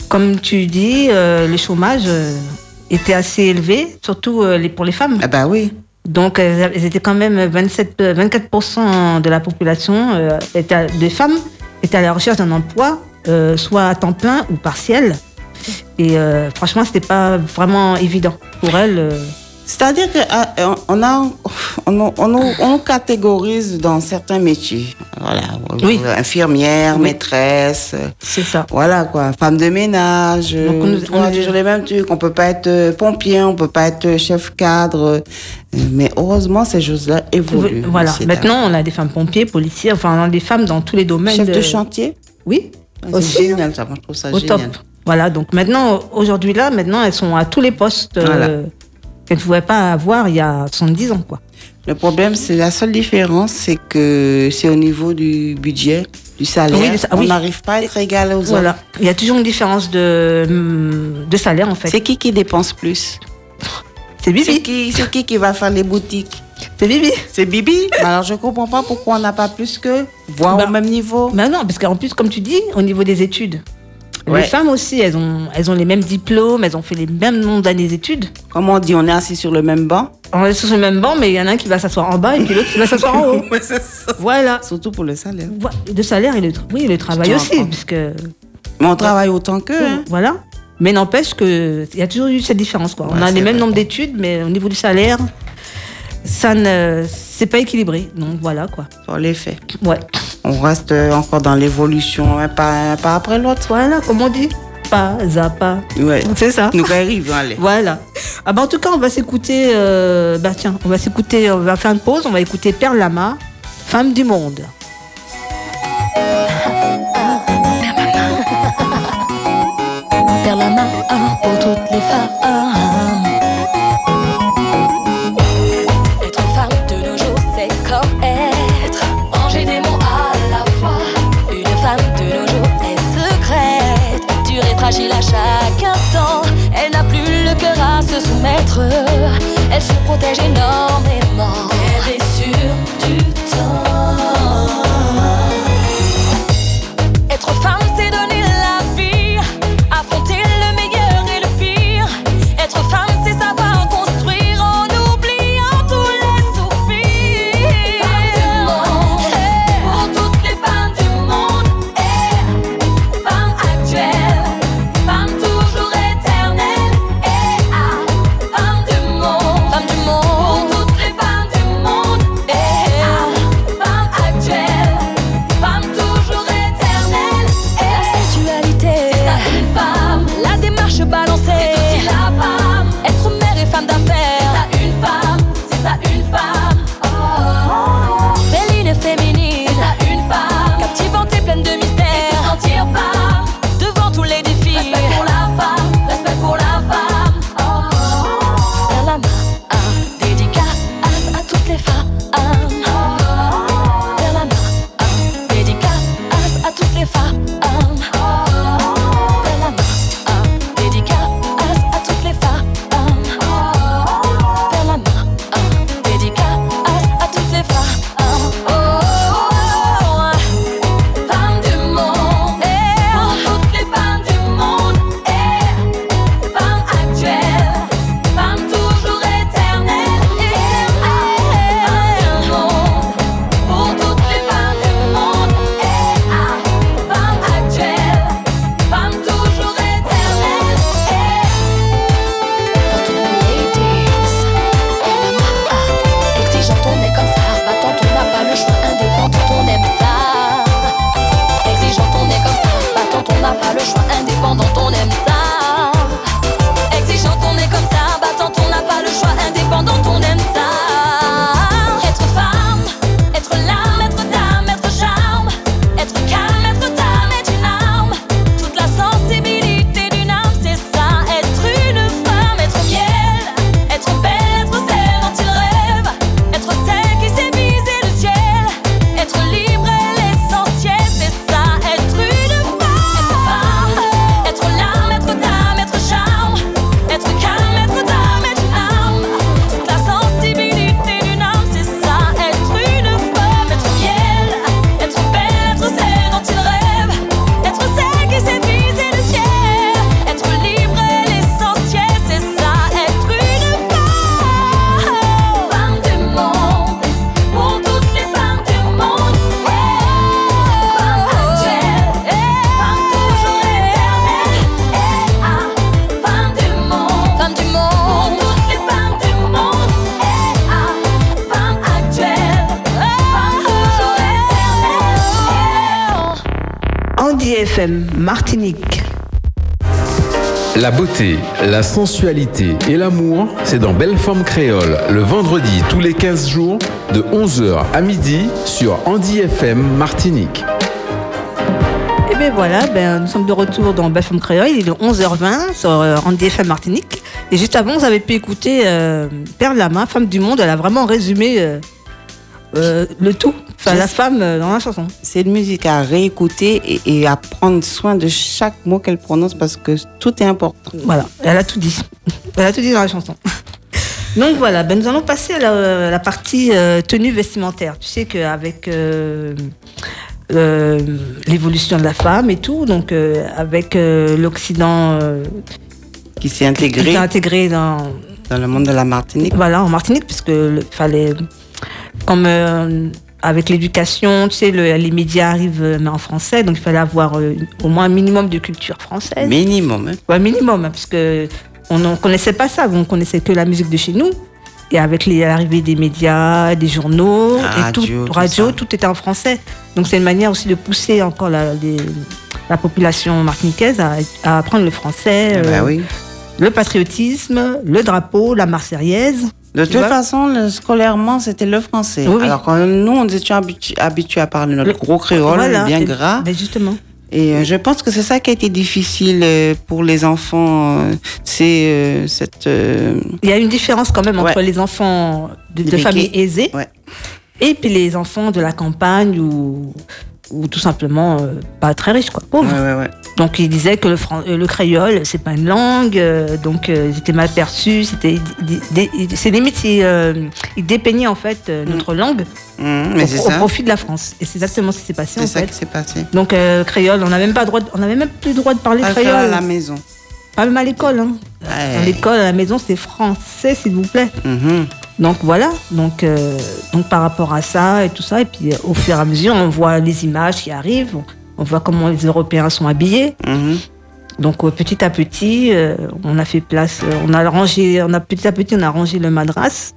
[SPEAKER 2] comme tu dis, euh, le chômage euh, était assez élevé, surtout euh, les- pour les femmes.
[SPEAKER 3] Ah, bah oui.
[SPEAKER 2] Donc elles, elles étaient quand même 27, euh, 24% de la population euh, était à- des femmes étaient à la recherche d'un emploi, euh, soit à temps plein ou partiel. Et euh, franchement, c'était pas vraiment évident pour elles. euh.
[SPEAKER 3] C'est-à-dire qu'on on a, on, on, on- on catégorise dans certains métiers. Voilà. euh,
[SPEAKER 2] Oui.
[SPEAKER 3] Infirmière,
[SPEAKER 2] Oui.
[SPEAKER 3] maîtresse. euh,
[SPEAKER 2] c'est ça.
[SPEAKER 3] Voilà quoi, femme de ménage, euh,
[SPEAKER 2] Donc, on
[SPEAKER 3] on,
[SPEAKER 2] nous- on nous-
[SPEAKER 3] toujours les mêmes trucs, on peut pas être euh, pompier, on peut pas être euh, chef cadre, euh, mais heureusement ces choses-là évoluent.
[SPEAKER 2] Voilà.
[SPEAKER 3] C'est
[SPEAKER 2] Maintenant, on a des femmes pompiers, policiers, enfin, on a des femmes dans tous les
[SPEAKER 3] d'accord.
[SPEAKER 2] domaines.
[SPEAKER 3] chef de chantier,
[SPEAKER 2] Oui,
[SPEAKER 3] c'est
[SPEAKER 2] aussi.
[SPEAKER 3] génial ça, moi je trouve ça
[SPEAKER 2] au
[SPEAKER 3] génial.
[SPEAKER 2] top. Voilà, donc maintenant, aujourd'hui là, maintenant, elles sont à tous les postes euh,
[SPEAKER 3] Voilà.
[SPEAKER 2] qu'elles ne pouvaient pas avoir il y a 70 ans, quoi.
[SPEAKER 3] Le problème, c'est la seule différence, c'est que c'est au niveau du budget, du salaire,
[SPEAKER 2] Oui, du sa-
[SPEAKER 3] on
[SPEAKER 2] oui.
[SPEAKER 3] n'arrive pas à être égal aux autres.
[SPEAKER 2] Voilà, il y a toujours une différence de, hum, de salaire, en fait.
[SPEAKER 3] C'est qui qui dépense plus
[SPEAKER 2] C'est
[SPEAKER 3] C'est
[SPEAKER 2] Bibi,
[SPEAKER 3] qui, c'est qui qui va faire les boutiques
[SPEAKER 2] c'est Bibi.
[SPEAKER 3] C'est Bibi. Alors je comprends pas pourquoi on n'a pas plus que voire
[SPEAKER 2] Bah,
[SPEAKER 3] au même niveau.
[SPEAKER 2] Mais non, parce qu'en plus, comme tu dis, au niveau des études, Les
[SPEAKER 3] Ouais.
[SPEAKER 2] femmes aussi, elles ont, elles ont les mêmes diplômes, elles ont fait les mêmes nombres d'années d'études.
[SPEAKER 3] Comme on dit, on est assis sur le même banc.
[SPEAKER 2] On est sur le même banc, mais il y en a un qui va s'asseoir en bas et puis l'autre qui va s'asseoir en haut.
[SPEAKER 3] Ouais, c'est ça.
[SPEAKER 2] Voilà.
[SPEAKER 3] Surtout pour le salaire.
[SPEAKER 2] Voi- De salaire et le, tra- oui, le travail
[SPEAKER 3] te
[SPEAKER 2] aussi,
[SPEAKER 3] comprends.
[SPEAKER 2] puisque.
[SPEAKER 3] Mais on travaille autant qu'eux. hein.
[SPEAKER 2] Voilà. Mais n'empêche que il y a toujours eu cette différence. Quoi. On
[SPEAKER 3] Ouais,
[SPEAKER 2] a
[SPEAKER 3] c'est
[SPEAKER 2] les mêmes
[SPEAKER 3] vrai.
[SPEAKER 2] nombres d'études, mais au niveau du salaire, ça ne c'est pas équilibré. Donc voilà quoi.
[SPEAKER 3] hein, Sur les faits.
[SPEAKER 2] Ouais.
[SPEAKER 3] On reste euh, encore dans l'évolution, un pas, un pas après l'autre.
[SPEAKER 2] Voilà, comme on dit. Pas à pas.
[SPEAKER 3] Ouais.
[SPEAKER 2] C'est ça.
[SPEAKER 3] Nous arrivons, allez.
[SPEAKER 2] Voilà. Ah bah en tout cas, on va s'écouter. euh, bah tiens, on va s'écouter. On va faire une pause. On va écouter Perle Lama, Femme du monde.
[SPEAKER 5] Perds la main hein, pour toutes les femmes. Être femme de nos jours, c'est comme être ange et démon à la fois. Une femme de nos jours est secrète, dure et fragile à chaque instant. Elle n'a plus le cœur à se soumettre, elle se protège énormément. Elle est sûre du temps. Être femme, c'est donner la vie, affronter le meilleur et le pire. Être femme, c'est savoir construire en oubliant tous les soupirs. Pour toutes les femmes du monde, eh, femme actuelle, femme toujours éternelle, eh, ah, femme du monde, femme du monde. Pour toutes les femmes du monde, eh, ah, femme actuelle. Femme toujours éternelle La sensualité une femme La démarche balancée C'est aussi la femme Être mère et femme d'affaires C'est ça une femme C'est ça une femme oh. Féline et féminine C'est ça une femme Captivante et pleine de mystère Et se sentir femme Devant tous les défis Respect pour la femme Respect pour la femme Oh. Vers la main un Dédicace à toutes les femmes Oh. Vers la main un Dédicace à toutes les femmes. Oh. Vers la main, un dédicace à toutes les femmes. Vers la main, un dédicace à toutes les femmes. Oh, femme du monde, eh, pour toutes les femmes du monde, eh, femme actuelle, femme toujours éternelle, eh, femme du monde. Pour toutes les femmes du monde, eh ah, femme actuelle, femme toujours éternelle, eh. Pour toutes mes ladies, LMA, exigeante, on est comme ça. Battante, on n'a pas le choix, indépendante, on aime ça. Exigeante, on est comme ça. Battante, on n'a pas le choix, indépendante, on aime ça. Exigeante, on est comme ça. Battante, on n'a pas le choix, indépendante, on aime ça. Être femme. Être l'âme, être dame, être charme, être calme, être dame, être une arme. Toute la sensibilité d'une âme, c'est ça. Être une femme, être miel, être belle, être celle dont il rêve, être celle qui sait viser le ciel, être libre et l'essentiel, c'est ça. Être une femme, être l'âme, être dame, être charme, être calme, être dame, être une arme. Toute la sensibilité d'une âme, c'est ça. Être une femme, être miel, être belle, être celle dont il rêve, être celle qui sait viser le ciel, être libre et l'essentiel, c'est ça. Être une femme, femme du monde, pour toutes les femmes du monde. Femme actuelle, femme toujours éternelle, femme du monde, femme du monde, pour toutes les femmes du monde. Femme actuelle, femme toujours éternelle.
[SPEAKER 2] Andy FM, Martinique.
[SPEAKER 1] La beauté, la sensualité et l'amour, c'est dans Belle Forme Créole, le vendredi tous les 15 jours, de 11h à midi sur Andy FM Martinique.
[SPEAKER 2] Et bien voilà, ben, nous sommes de retour dans Bafam Créole. Il est 11h20 sur euh, Andy FM Martinique. Et juste avant, vous avez pu écouter euh, Perle Lama, Femme du monde. Elle a vraiment résumé euh, euh, le tout. Enfin, la femme euh, dans la chanson.
[SPEAKER 3] C'est une musique à réécouter et, et à prendre soin de chaque mot qu'elle prononce parce que tout est important.
[SPEAKER 2] Voilà, elle a tout dit. Elle a tout dit dans la chanson. Donc voilà, ben nous allons passer à la, la partie euh, tenue vestimentaire. Tu sais qu'avec euh, euh, l'évolution de la femme et tout, donc euh, avec euh, l'Occident euh,
[SPEAKER 3] qui
[SPEAKER 2] qui
[SPEAKER 3] s'est intégré
[SPEAKER 2] était intégré dans,
[SPEAKER 3] dans le monde de la Martinique.
[SPEAKER 2] voilà, en Martinique, puisque le- fallait, comme euh, avec l'éducation, tu sais, le- les médias arrivent euh, mais en français, donc il fallait avoir euh, au moins un minimum de culture française.
[SPEAKER 3] Minimum. hein.
[SPEAKER 2] Ouais, minimum, hein, parce que on ne connaissait pas ça, on connaissait que la musique de chez nous. Et avec les- l'arrivée des médias, des journaux, et tout,
[SPEAKER 3] Radio, tout
[SPEAKER 2] radio,
[SPEAKER 3] ça.
[SPEAKER 2] tout était en français. Donc c'est une manière aussi de pousser encore la, les- la population martiniquaise à, à apprendre le français,
[SPEAKER 3] Bah
[SPEAKER 2] euh,
[SPEAKER 3] oui.
[SPEAKER 2] le patriotisme, le drapeau, la marseillaise.
[SPEAKER 3] De toute
[SPEAKER 2] vois
[SPEAKER 3] façon, le- scolairement, c'était le français.
[SPEAKER 2] Oui, oui.
[SPEAKER 3] Alors quand nous, on était habitués, habitués à parler notre
[SPEAKER 2] Le-
[SPEAKER 3] gros créole, bien gras.
[SPEAKER 2] Mais Ben, justement.
[SPEAKER 3] Et euh, je pense que c'est ça qui a été difficile euh, pour les enfants. euh, C'est euh, cette. euh,
[SPEAKER 2] Il y a une différence quand même entre
[SPEAKER 3] Ouais.
[SPEAKER 2] les enfants de, de
[SPEAKER 3] Des
[SPEAKER 2] familles
[SPEAKER 3] béquets.
[SPEAKER 2] aisées
[SPEAKER 3] Ouais.
[SPEAKER 2] et puis les enfants de la campagne ou, ou tout simplement euh, pas très riches, quoi,
[SPEAKER 3] Ouais,
[SPEAKER 2] pauvres.
[SPEAKER 3] ouais, ouais.
[SPEAKER 2] Donc ils disaient que le, fran- euh, le créole, c'est pas une langue, euh, donc euh, ils étaient mal perçus, c'était des- des- c'est limite ils, euh, ils dépeignaient en fait euh, notre langue
[SPEAKER 3] Mhm,
[SPEAKER 2] au,
[SPEAKER 3] mais c'est
[SPEAKER 2] au
[SPEAKER 3] ça.
[SPEAKER 2] profit de la France. Et c'est exactement ce qui s'est passé en
[SPEAKER 3] C'est ça
[SPEAKER 2] fait.
[SPEAKER 3] qui s'est passé.
[SPEAKER 2] Donc euh, créole, on n'a même pas droit, de- on n'avait même plus le droit de parler
[SPEAKER 3] Pas le faire à
[SPEAKER 2] créole,
[SPEAKER 3] la maison.
[SPEAKER 2] pas même à l'école. hein. À
[SPEAKER 3] Ouais.
[SPEAKER 2] l'école, à la maison, c'est français, s'il vous plaît.
[SPEAKER 3] Mhm.
[SPEAKER 2] Donc voilà, donc, euh, donc par rapport à ça et tout ça, et puis euh, au fur et à mesure, on voit les images qui arrivent, on, on voit comment les Européens sont habillés.
[SPEAKER 3] Mhm.
[SPEAKER 2] Donc euh, petit à petit, euh, on a fait place, euh, on a rangé, on a petit à petit, on a rangé le madras,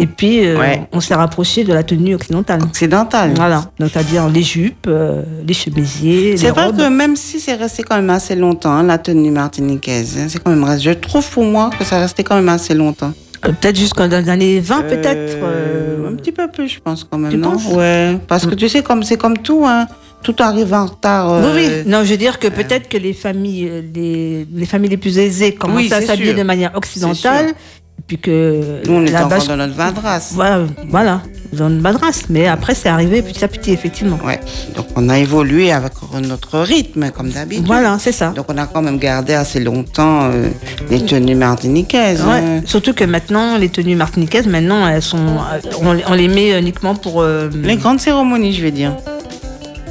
[SPEAKER 2] et puis euh,
[SPEAKER 3] Ouais. Ah.
[SPEAKER 2] on s'est rapproché de la tenue occidentale.
[SPEAKER 3] Occidental.
[SPEAKER 2] Voilà, donc c'est-à-dire les jupes, euh, les chemisiers, les
[SPEAKER 3] C'est vrai
[SPEAKER 2] robes.
[SPEAKER 3] que même si c'est resté quand même assez longtemps, hein, la tenue martiniquaise, hein, c'est quand même resté. Je trouve pour moi que ça restait quand même assez longtemps.
[SPEAKER 2] Euh, Peut-être jusqu'en dans les années 20, peut-être.
[SPEAKER 3] Euh,
[SPEAKER 2] euh,
[SPEAKER 3] Un petit peu plus, je pense quand même.
[SPEAKER 2] Tu
[SPEAKER 3] non
[SPEAKER 2] penses Mm.
[SPEAKER 3] Ouais. Parce que tu sais, comme c'est comme tout, hein, tout arrive en retard.
[SPEAKER 2] Oui,
[SPEAKER 3] euh,
[SPEAKER 2] oui. Non, je veux dire que peut-être que les familles, euh, les, les familles les plus aisées commencent
[SPEAKER 3] Oui,
[SPEAKER 2] à
[SPEAKER 3] c'est
[SPEAKER 2] s'habiller
[SPEAKER 3] sûr.
[SPEAKER 2] de manière occidentale, et puis que
[SPEAKER 3] Nous, on est
[SPEAKER 2] la
[SPEAKER 3] encore
[SPEAKER 2] base,
[SPEAKER 3] dans notre vadras.
[SPEAKER 2] voilà, voilà, dans une madrasse. Mais après, c'est arrivé petit à petit, effectivement.
[SPEAKER 3] Ouais. Donc on a évolué avec notre rythme, comme d'habitude.
[SPEAKER 2] Voilà, c'est ça.
[SPEAKER 3] Donc on a quand même gardé assez longtemps euh, les tenues martiniquaises.
[SPEAKER 2] Ouais.
[SPEAKER 3] hein.
[SPEAKER 2] Surtout que maintenant, les tenues martiniquaises, maintenant, elles sont, euh, on, on les met uniquement pour euh,
[SPEAKER 3] Les grandes cérémonies, je veux dire.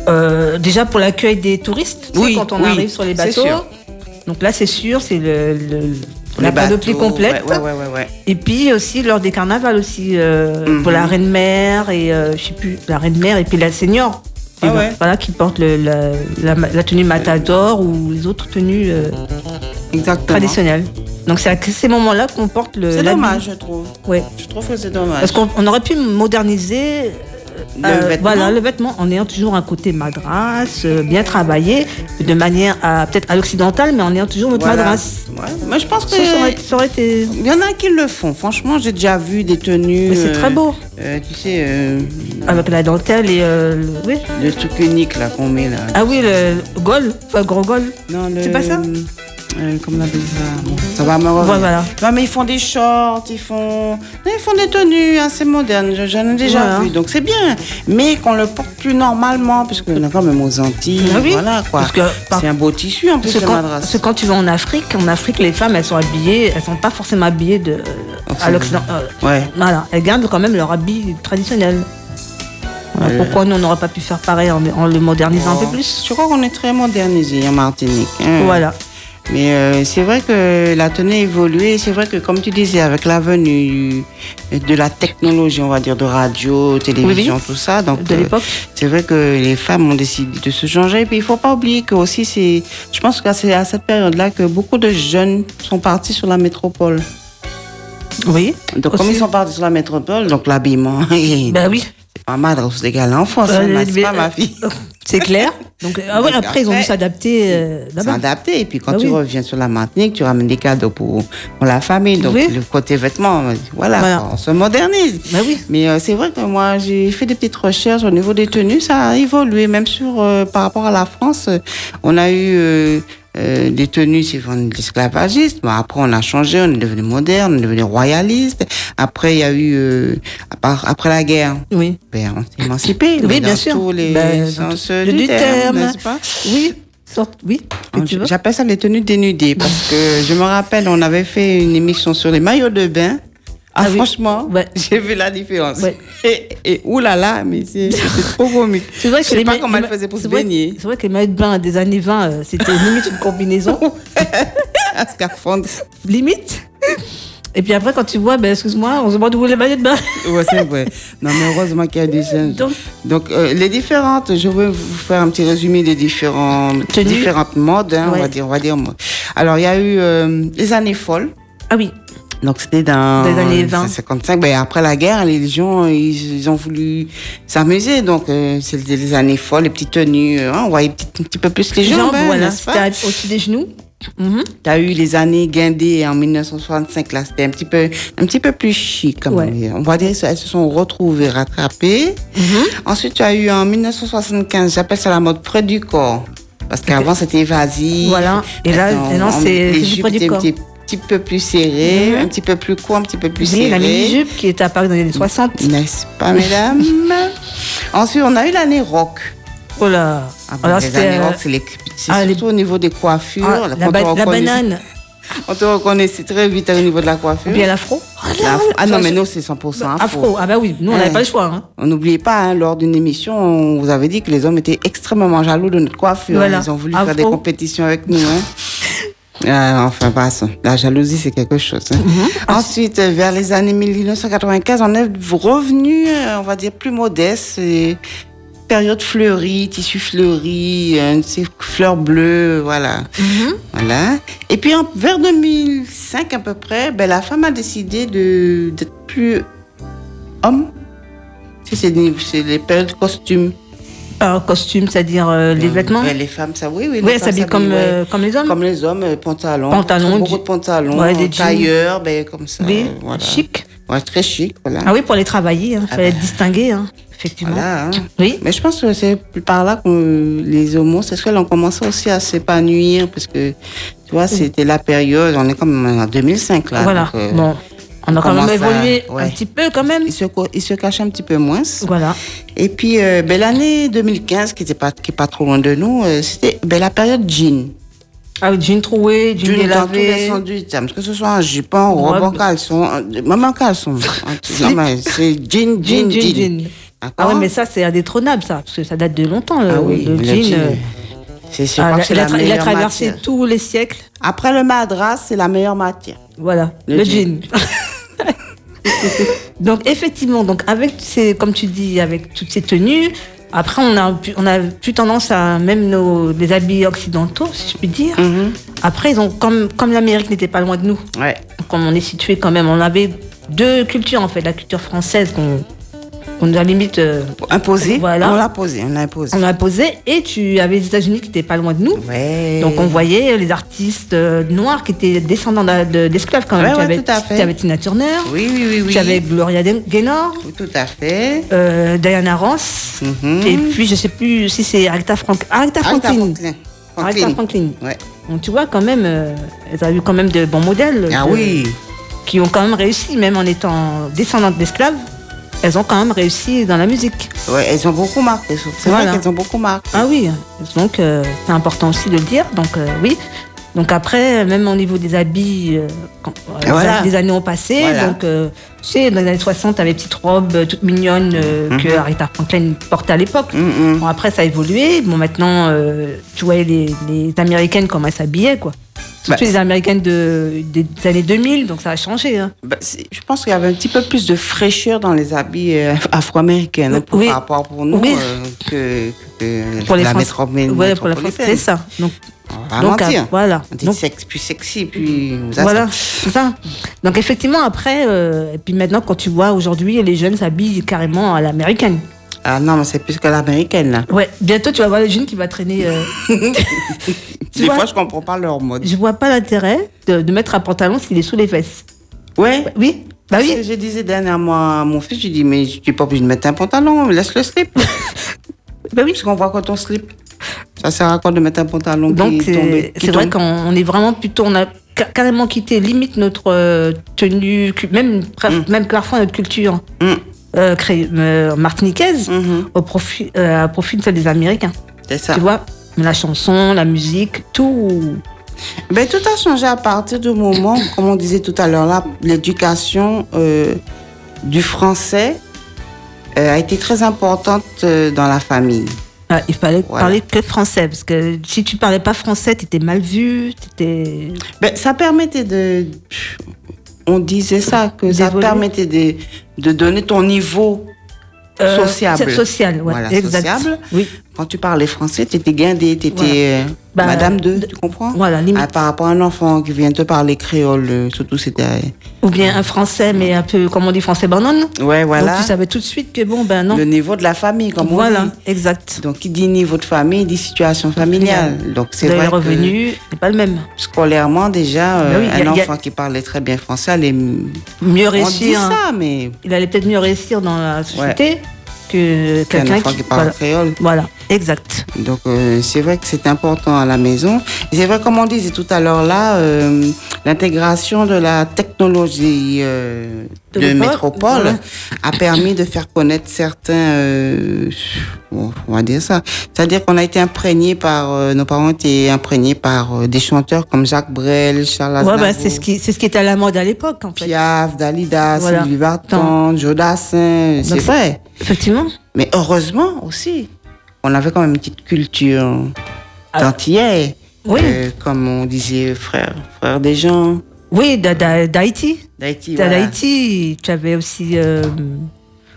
[SPEAKER 2] euh, déjà pour l'accueil des touristes. tu sais,
[SPEAKER 3] Oui,
[SPEAKER 2] quand on
[SPEAKER 3] oui,
[SPEAKER 2] arrive sur les
[SPEAKER 3] c'est
[SPEAKER 2] bateaux.
[SPEAKER 3] sûr.
[SPEAKER 2] Donc là, c'est sûr, c'est le, le-
[SPEAKER 3] Les
[SPEAKER 2] la panoplie
[SPEAKER 3] bateaux,
[SPEAKER 2] complète.
[SPEAKER 3] Ouais, ouais, ouais, ouais.
[SPEAKER 2] Et puis aussi lors des carnavals aussi, euh,
[SPEAKER 3] Mhm.
[SPEAKER 2] pour la reine mère et euh, je sais plus, la reine mère et puis la senior.
[SPEAKER 3] Ah
[SPEAKER 2] Et donc,
[SPEAKER 3] ouais.
[SPEAKER 2] Voilà, qui porte le- la, la- la tenue matador ou les autres tenues euh,
[SPEAKER 3] Exactement.
[SPEAKER 2] traditionnelles. Donc c'est à ces moments-là qu'on porte le.
[SPEAKER 3] C'est
[SPEAKER 2] l'habit.
[SPEAKER 3] dommage, je trouve.
[SPEAKER 2] Ouais.
[SPEAKER 3] Je trouve que c'est dommage.
[SPEAKER 2] Parce qu'on on aurait pu moderniser
[SPEAKER 3] Le
[SPEAKER 2] euh,
[SPEAKER 3] vêtement.
[SPEAKER 2] voilà, le vêtement en ayant toujours un côté madras, euh, bien travaillé, de manière à- peut-être à l'occidental, mais en ayant toujours notre
[SPEAKER 3] Voilà.
[SPEAKER 2] madras.
[SPEAKER 3] Ouais. Mais je pense que
[SPEAKER 2] Ça, ça aurait- ça aurait été.
[SPEAKER 3] Il y en a qui le font. Franchement, j'ai déjà vu des tenues.
[SPEAKER 2] Mais c'est très beau.
[SPEAKER 3] euh, tu sais, euh,
[SPEAKER 2] Avec la dentelle et. euh, le- oui.
[SPEAKER 3] le truc unique là qu'on met là.
[SPEAKER 2] Ah oui, le gol, enfin, le grand gol.
[SPEAKER 3] Non, le-
[SPEAKER 2] c'est pas ça
[SPEAKER 3] euh, Comment on appelle ça Bon, Ça va me revenir.
[SPEAKER 2] Ouais, voilà.
[SPEAKER 3] Non, mais ils font des shorts, ils font, non, ils font des tenues assez modernes. je- J'en ai déjà
[SPEAKER 2] Voilà.
[SPEAKER 3] vu, donc c'est bien. Mais qu'on le porte plus normalement, parce qu'on est quand même aux Antilles.
[SPEAKER 2] Ah oui.
[SPEAKER 3] Voilà quoi.
[SPEAKER 2] Parce que-
[SPEAKER 3] c'est un beau tissu en plus
[SPEAKER 2] Parce que,
[SPEAKER 3] le
[SPEAKER 2] quand,
[SPEAKER 3] madras.
[SPEAKER 2] parce que quand tu vas en Afrique, en Afrique, les femmes, elles sont habillées, elles sont pas forcément habillées de, à l'Occident. euh,
[SPEAKER 3] Ouais.
[SPEAKER 2] Voilà, elles gardent quand même leur habit traditionnel. Voilà, Pourquoi nous, on n'aurait pas pu faire pareil en, en le modernisant
[SPEAKER 3] Oh.
[SPEAKER 2] un peu plus
[SPEAKER 3] Je crois qu'on est très modernisé en Martinique. hein.
[SPEAKER 2] Voilà.
[SPEAKER 3] Mais euh, c'est vrai que la tenue a évolué. C'est vrai que, comme tu disais, avec la venue de la technologie, on va dire, de radio, télévision,
[SPEAKER 2] Oui,
[SPEAKER 3] tout ça. Donc,
[SPEAKER 2] De
[SPEAKER 3] euh,
[SPEAKER 2] l'époque.
[SPEAKER 3] c'est vrai que les femmes ont décidé de se changer. Et puis, il faut pas oublier que aussi, c'est, je pense que c'est à cette période-là que beaucoup de jeunes sont partis sur la métropole.
[SPEAKER 2] Oui.
[SPEAKER 3] Donc, comme
[SPEAKER 2] Aussi.
[SPEAKER 3] ils sont partis sur la métropole, donc l'habillement, est
[SPEAKER 2] Ben oui,
[SPEAKER 3] pas mal, c'est égal à l'enfance,
[SPEAKER 2] Euh,
[SPEAKER 3] hein, n'est-ce
[SPEAKER 2] mais- euh,
[SPEAKER 3] pas, ma fille?
[SPEAKER 2] c'est clair. Donc, ah ouais, après, ils ont dû s'adapter euh, là-bas.
[SPEAKER 3] s'adapter. Et puis quand
[SPEAKER 2] Ah
[SPEAKER 3] tu
[SPEAKER 2] oui.
[SPEAKER 3] reviens sur la Martinique, tu ramènes des cadeaux pour, pour la famille. Donc
[SPEAKER 2] Oui.
[SPEAKER 3] le côté vêtements, voilà,
[SPEAKER 2] Voilà.
[SPEAKER 3] quoi, on se modernise.
[SPEAKER 2] Bah oui.
[SPEAKER 3] Mais euh, c'est vrai que moi, j'ai fait des petites recherches au niveau des tenues. Ça a évolué, même sur, euh, par rapport à la France. euh, On a eu... euh, euh, des tenues, c'est vraiment de l'esclavagisme. Bon, Après, on a changé, on est devenu moderne, on est devenu royaliste. Après, il y a eu, euh, à part- après la guerre,
[SPEAKER 2] Oui.
[SPEAKER 3] ben, on s'est émancipé.
[SPEAKER 2] Oui,
[SPEAKER 3] mais
[SPEAKER 2] bien
[SPEAKER 3] dans
[SPEAKER 2] sûr.
[SPEAKER 3] Tous les
[SPEAKER 2] Ben, dans
[SPEAKER 3] sens
[SPEAKER 2] tout-
[SPEAKER 3] du,
[SPEAKER 2] du
[SPEAKER 3] terme,
[SPEAKER 2] terme.
[SPEAKER 3] n'est-ce pas?
[SPEAKER 2] Oui. Sorte, oui. que tu veux.
[SPEAKER 3] Hein, J'appelle ça les tenues dénudées parce que je me rappelle, on avait fait une émission sur les maillots de bain Ah,
[SPEAKER 2] Ah oui.
[SPEAKER 3] franchement,
[SPEAKER 2] Ouais.
[SPEAKER 3] j'ai vu la différence.
[SPEAKER 2] Ouais.
[SPEAKER 3] Et, et oulala, mais c'est c'est trop comique.
[SPEAKER 2] C'est vrai
[SPEAKER 3] Je sais
[SPEAKER 2] les
[SPEAKER 3] pas
[SPEAKER 2] ma-
[SPEAKER 3] comment
[SPEAKER 2] les
[SPEAKER 3] elle
[SPEAKER 2] ma-
[SPEAKER 3] faisait pour
[SPEAKER 2] c'est
[SPEAKER 3] se
[SPEAKER 2] vrai-
[SPEAKER 3] baigner.
[SPEAKER 2] C'est vrai que les maillots de bain des années 20, euh, c'était limite une combinaison.
[SPEAKER 3] Un scaphandre.
[SPEAKER 2] limite. Et puis après, quand tu vois, ben, excuse-moi, on se demande où est le maillot de bain.
[SPEAKER 3] Ouais, c'est vrai. Non, mais heureusement qu'il y a des jeunes.
[SPEAKER 2] Donc-
[SPEAKER 3] Donc, euh, les différentes, je vais vous faire un petit résumé des différents,
[SPEAKER 2] Tenues.
[SPEAKER 3] différentes modes, hein, on
[SPEAKER 2] Ouais.
[SPEAKER 3] va dire, on va dire. mode. Alors, il y a eu euh, les années folles.
[SPEAKER 2] Ah oui,
[SPEAKER 3] Donc, c'était dans
[SPEAKER 2] Dans les années 20.
[SPEAKER 3] 55. Ben, après la guerre, les gens, ils, ils ont voulu s'amuser. Donc, euh, c'était les années folles, les petites tenues. hein, on voyait petit- un petit peu plus les
[SPEAKER 2] les jambes,
[SPEAKER 3] jambes, hein,
[SPEAKER 2] voilà,
[SPEAKER 3] n'est-ce pas?
[SPEAKER 2] c'était au-dessus des genoux. Mhm.
[SPEAKER 3] T'as eu les années Guindé en 1965, là, c'était un petit peu, un petit peu plus chic, quand
[SPEAKER 2] Ouais.
[SPEAKER 3] même. On va dire qu'elles se sont retrouvées, rattrapées.
[SPEAKER 2] Mhm.
[SPEAKER 3] Ensuite, tu as eu en 1975, j'appelle ça la mode près du corps. Parce qu'avant, c'était évasif.
[SPEAKER 2] Voilà. Et là,
[SPEAKER 3] Maintenant,
[SPEAKER 2] maintenant,
[SPEAKER 3] on-
[SPEAKER 2] c'est-
[SPEAKER 3] les
[SPEAKER 2] c'est du
[SPEAKER 3] jupes
[SPEAKER 2] près du
[SPEAKER 3] étaient
[SPEAKER 2] corps.
[SPEAKER 3] Un petit, petit peu plus serrées,
[SPEAKER 2] Mhm.
[SPEAKER 3] un petit peu plus court, un petit peu plus
[SPEAKER 2] Oui,
[SPEAKER 3] serré.
[SPEAKER 2] la mini-jupe qui était apparue dans les années 60.
[SPEAKER 3] N'est-ce pas, mesdames Ensuite, on a eu l'année rock.
[SPEAKER 2] Oh là
[SPEAKER 3] Ah bon,
[SPEAKER 2] Alors
[SPEAKER 3] les
[SPEAKER 2] c'était
[SPEAKER 3] années
[SPEAKER 2] euh,
[SPEAKER 3] rock, c'est les- c'est
[SPEAKER 2] ah, les-
[SPEAKER 3] surtout au niveau des coiffures.
[SPEAKER 2] ah,
[SPEAKER 3] là,
[SPEAKER 2] la,
[SPEAKER 3] quand
[SPEAKER 2] ba-
[SPEAKER 3] on
[SPEAKER 2] la
[SPEAKER 3] reconnaît-
[SPEAKER 2] banane,
[SPEAKER 3] on te reconnaissait très vite au niveau de la coiffure.
[SPEAKER 2] bien l'afro.
[SPEAKER 3] La- ah non,
[SPEAKER 2] ça,
[SPEAKER 3] mais
[SPEAKER 2] je-
[SPEAKER 3] nous, c'est 100% afro.
[SPEAKER 2] Afro, ah bah oui, nous on
[SPEAKER 3] Ouais.
[SPEAKER 2] n'avait pas le choix. hein.
[SPEAKER 3] On n'oubliait pas, hein, lors d'une émission, on vous avait dit que les hommes étaient extrêmement jaloux de notre coiffure.
[SPEAKER 2] Voilà.
[SPEAKER 3] Ils ont voulu
[SPEAKER 2] Afro.
[SPEAKER 3] faire des compétitions avec nous. hein. Euh, enfin, passe. La jalousie, c'est quelque chose. hein. Ensuite, euh, vers les années 1995, on est revenu, euh, on va dire, plus modeste. et période fleurie, tissu fleuri, euh, ces fleurs bleues, voilà. Voilà. Et puis en- vers 2005 à peu près, ben, la femme a décidé de- d'être plus homme. C'est- C'est des- c'est les périodes costumes.
[SPEAKER 2] Un costume, c'est-à-dire euh, les vêtements.
[SPEAKER 3] Ben, Les femmes, ça oui, oui.
[SPEAKER 2] oui,
[SPEAKER 3] les femmes
[SPEAKER 2] elles s'habillent comme,
[SPEAKER 3] ouais.
[SPEAKER 2] euh, comme les hommes.
[SPEAKER 3] Comme les hommes, euh, pantalons.
[SPEAKER 2] Pantalons,
[SPEAKER 3] Très beaucoup
[SPEAKER 2] jeans.
[SPEAKER 3] de pantalons,
[SPEAKER 2] Ouais, des jeans.
[SPEAKER 3] tailleurs, ben, comme ça.
[SPEAKER 2] Oui,
[SPEAKER 3] voilà.
[SPEAKER 2] chic.
[SPEAKER 3] Ouais, très chic, voilà.
[SPEAKER 2] Ah oui, pour les travailler, il
[SPEAKER 3] Ah
[SPEAKER 2] fallait
[SPEAKER 3] bah.
[SPEAKER 2] être distingué, hein, effectivement.
[SPEAKER 3] Voilà, hein.
[SPEAKER 2] Oui,
[SPEAKER 3] Mais je pense que c'est par là que les homosexuels ont commencé aussi à s'épanouir, parce que, tu vois, c'était la période, on est comme en 2005, là.
[SPEAKER 2] voilà.
[SPEAKER 3] donc, euh,
[SPEAKER 2] bon, on a quand même
[SPEAKER 3] commence à-
[SPEAKER 2] évolué un
[SPEAKER 3] ouais.
[SPEAKER 2] petit peu quand même.
[SPEAKER 3] Ils se, co- ils se cachent un petit peu moins.
[SPEAKER 2] Voilà.
[SPEAKER 3] Et puis, euh, ben, l'année 2015, qui n'est pas, qui est pas trop loin de nous, euh, c'était ben, la période jean.
[SPEAKER 2] Ah oui, jean troué, jean
[SPEAKER 3] Jean dans tous les
[SPEAKER 2] délavé.
[SPEAKER 3] sens du terme, que ce soit en jupon, en
[SPEAKER 2] Robe.
[SPEAKER 3] robe, en caleçon, en- même en caleçon. En tout- non, mais c'est jean,
[SPEAKER 2] Jean,
[SPEAKER 3] jean,
[SPEAKER 2] jean,
[SPEAKER 3] jean.
[SPEAKER 2] jean. Ah
[SPEAKER 3] D'accord
[SPEAKER 2] ouais, mais ça, c'est indétrônable, ça, parce que ça date de longtemps, le,
[SPEAKER 3] Ah oui,
[SPEAKER 2] le jean. euh,
[SPEAKER 3] C'est sûr
[SPEAKER 2] ah,
[SPEAKER 3] que
[SPEAKER 2] la-
[SPEAKER 3] c'est
[SPEAKER 2] il,
[SPEAKER 3] la
[SPEAKER 2] a tra- il a
[SPEAKER 3] meilleure
[SPEAKER 2] traversé
[SPEAKER 3] matière.
[SPEAKER 2] tous les siècles.
[SPEAKER 3] Après le madras, c'est la meilleure matière.
[SPEAKER 2] Voilà, le,
[SPEAKER 3] Le
[SPEAKER 2] jean. donc, effectivement, donc avec ces, comme tu dis, avec toutes ces tenues, après, on a, pu- on a plus tendance à, même nos, les habits occidentaux, si je puis dire.
[SPEAKER 3] Mm-hmm.
[SPEAKER 2] Après, ils ont, comme, comme l'Amérique n'était pas loin de nous,
[SPEAKER 3] Ouais.
[SPEAKER 2] comme on est situé quand même, on avait deux cultures en fait, la culture française qu'on qu'on nous a limite euh,
[SPEAKER 3] Imposé.
[SPEAKER 2] Voilà.
[SPEAKER 3] On l'a posé, on l'a imposé.
[SPEAKER 2] on a imposée et tu avais les États-Unis qui n'étaient pas loin de nous.
[SPEAKER 3] Ouais.
[SPEAKER 2] Donc on voyait les artistes euh, noirs qui étaient descendants d'a- de- d'esclaves quand même.
[SPEAKER 3] Ouais,
[SPEAKER 2] tu,
[SPEAKER 3] ouais,
[SPEAKER 2] avais,
[SPEAKER 3] tout à fait.
[SPEAKER 2] tu avais Tina Turner,
[SPEAKER 3] Oui, oui, oui, oui.
[SPEAKER 2] tu avais Gloria Den- Gaynor,
[SPEAKER 3] Oui, Tout à fait.
[SPEAKER 2] euh, Diana Ross,
[SPEAKER 3] Mhm.
[SPEAKER 2] et puis je sais plus si c'est Aretha, Frank- Aretha
[SPEAKER 3] Aretha
[SPEAKER 2] Franklin.
[SPEAKER 3] Franklin.
[SPEAKER 2] Aretha
[SPEAKER 3] Franklin.
[SPEAKER 2] Franklin.
[SPEAKER 3] Ouais.
[SPEAKER 2] Donc tu vois quand même, euh, elles avaient eu quand même de bons modèles.
[SPEAKER 3] Ah
[SPEAKER 2] de-
[SPEAKER 3] oui.
[SPEAKER 2] qui ont quand même réussi, même en étant descendantes d'esclaves, elles ont quand même réussi dans la musique.
[SPEAKER 3] Ouais, elles ont beaucoup marqué. C'est
[SPEAKER 2] Voilà.
[SPEAKER 3] vrai qu'elles ont beaucoup marqué.
[SPEAKER 2] Ah oui, donc euh, c'est important aussi de le dire. Donc euh, oui. Donc après, même au niveau des habits, euh, quand- euh, les
[SPEAKER 3] Voilà.
[SPEAKER 2] a- les années ont passé.
[SPEAKER 3] Voilà.
[SPEAKER 2] Donc, euh, tu sais, dans les années 60, t'avais des petites robes euh, toutes mignonnes euh, que
[SPEAKER 3] Mhm.
[SPEAKER 2] Aretha Franklin portait à l'époque.
[SPEAKER 3] Mm, mm.
[SPEAKER 2] Bon, après, ça a évolué. Bon, maintenant, euh, tu vois les, les Américaines, comment elles s'habillaient, quoi. Surtout
[SPEAKER 3] Bah,
[SPEAKER 2] les Américaines de, des années 2000, donc ça a changé. hein.
[SPEAKER 3] Bah, c'est- je pense qu'il y avait un petit peu plus de fraîcheur dans les habits euh, afro-américains hein, pour-
[SPEAKER 2] Oui.
[SPEAKER 3] par rapport pour nous
[SPEAKER 2] Oui.
[SPEAKER 3] euh, que, que
[SPEAKER 2] Pour les
[SPEAKER 3] la
[SPEAKER 2] Français.
[SPEAKER 3] métropole.
[SPEAKER 2] Ouais, pour la France, c'est ça. Donc,
[SPEAKER 3] On va
[SPEAKER 2] Donc,
[SPEAKER 3] mentir.
[SPEAKER 2] ah, voilà.
[SPEAKER 3] On dit
[SPEAKER 2] Donc, Mm.
[SPEAKER 3] sexe plus sexy, puis on vous a-
[SPEAKER 2] voilà, c'est ça. Donc effectivement, après, euh, et puis maintenant, quand tu vois aujourd'hui, les jeunes s'habillent carrément à l'américaine.
[SPEAKER 3] Ah non, mais c'est plus que l'américaine là.
[SPEAKER 2] Ouais, bientôt tu vas voir les jeunes qui va traîner. euh, Tu
[SPEAKER 3] Des
[SPEAKER 2] vois
[SPEAKER 3] fois, je comprends pas leur mode.
[SPEAKER 2] je vois pas l'intérêt de, de mettre un pantalon s'il est sous les fesses.
[SPEAKER 3] Ouais.
[SPEAKER 2] Oui, bah
[SPEAKER 3] Parce que
[SPEAKER 2] oui.
[SPEAKER 3] Je disais dernièrement à mon fils, je dis mais tu n'es pas obligé de mettre un pantalon, laisse le slip.
[SPEAKER 2] Bah oui.
[SPEAKER 3] Parce qu'on voit quand on slip. Ça sert à quoi de mettre un pantalon
[SPEAKER 2] Donc
[SPEAKER 3] qui tombe
[SPEAKER 2] c'est
[SPEAKER 3] qui
[SPEAKER 2] c'est vrai
[SPEAKER 3] tombe
[SPEAKER 2] qu'on on est vraiment plutôt, on a ca- carrément quitté limite notre euh, tenue, cu- même presque- même parfois notre culture
[SPEAKER 3] Mm.
[SPEAKER 2] euh, cré- euh, martiniquaise
[SPEAKER 3] Mhm.
[SPEAKER 2] au profit
[SPEAKER 3] Ah.
[SPEAKER 2] euh, à profit de celle des Américains.
[SPEAKER 3] C'est ça.
[SPEAKER 2] Tu vois, la chanson, la musique, tout.
[SPEAKER 3] Ben, tout a changé à partir du moment, comme on disait tout à l'heure, là, l'éducation euh, du français euh, a été très importante euh, dans la famille.
[SPEAKER 2] Ah, il fallait
[SPEAKER 3] Voilà.
[SPEAKER 2] parler que français, parce que si tu parlais pas français, t'étais mal vu, t'étais.
[SPEAKER 3] Ben, ça permettait de. On disait ça, que ça
[SPEAKER 2] D'évoluer.
[SPEAKER 3] permettait de, de donner ton niveau
[SPEAKER 2] euh,
[SPEAKER 3] sociable.
[SPEAKER 2] Social, ouais,
[SPEAKER 3] Voilà,
[SPEAKER 2] exact.
[SPEAKER 3] sociable.
[SPEAKER 2] Oui,
[SPEAKER 3] Quand tu parlais français, tu étais guindée, tu
[SPEAKER 2] Voilà.
[SPEAKER 3] étais
[SPEAKER 2] Bah,
[SPEAKER 3] madame de,
[SPEAKER 2] de-
[SPEAKER 3] tu comprends
[SPEAKER 2] voilà, limite.
[SPEAKER 3] Ah, Par rapport à un enfant qui vient te parler créole, euh, surtout c'était.
[SPEAKER 2] Ou bien un français, mais un peu, comme on dit, français banane.
[SPEAKER 3] Ouais, voilà.
[SPEAKER 2] Donc tu savais tout de suite que bon, ben non.
[SPEAKER 3] le niveau de la famille, comme on
[SPEAKER 2] voilà,
[SPEAKER 3] dit.
[SPEAKER 2] exact.
[SPEAKER 3] Donc, qui dit niveau de famille, dit situation familiale. Donc, c'est
[SPEAKER 2] Le
[SPEAKER 3] vrai que
[SPEAKER 2] revenu n'est pas le même.
[SPEAKER 3] scolairement, déjà, euh,
[SPEAKER 2] Ben oui, y
[SPEAKER 3] un
[SPEAKER 2] a- y a-
[SPEAKER 3] enfant qui parlait très bien français allait
[SPEAKER 2] Mieux
[SPEAKER 3] on dit
[SPEAKER 2] réussir. hein.
[SPEAKER 3] ça, mais
[SPEAKER 2] Il allait peut-être mieux réussir dans la société que
[SPEAKER 3] qu'un
[SPEAKER 2] quelqu'un
[SPEAKER 3] enfant
[SPEAKER 2] qui.
[SPEAKER 3] qui parle
[SPEAKER 2] voilà.
[SPEAKER 3] créole.
[SPEAKER 2] Voilà, exact.
[SPEAKER 3] Donc, euh, c'est vrai que c'est important à la maison. Et c'est vrai, comme on disait tout à l'heure là, euh, l'intégration de la technologie euh,
[SPEAKER 2] De
[SPEAKER 3] de,
[SPEAKER 2] l'époque,
[SPEAKER 3] métropole
[SPEAKER 2] voilà.
[SPEAKER 3] a permis de faire connaître certains, euh, bon, on va dire ça. C'est-à-dire qu'on a été imprégné par, euh, nos parents étaient imprégnés par euh, des chanteurs comme Jacques Brel, Charles
[SPEAKER 2] Ouais,
[SPEAKER 3] Aznavour,
[SPEAKER 2] bah, c'est ce qui, c'est ce qui était à la mode à l'époque, en fait.
[SPEAKER 3] Piaf, Dalida,
[SPEAKER 2] Voilà.
[SPEAKER 3] Sylvie Vartan, Jodassin, c'est
[SPEAKER 2] c'est-
[SPEAKER 3] vrai.
[SPEAKER 2] Effectivement.
[SPEAKER 3] Mais heureusement aussi, on avait quand même une petite culture
[SPEAKER 2] Ah.
[SPEAKER 3] d'antillais.
[SPEAKER 2] Oui.
[SPEAKER 3] Euh, comme on disait, frère, frère des gens.
[SPEAKER 2] Oui, d'Ha- d'Ha- d'Haïti.
[SPEAKER 3] D'Haïti.
[SPEAKER 2] T'as
[SPEAKER 3] voilà.
[SPEAKER 2] Haïti, tu avais aussi, euh,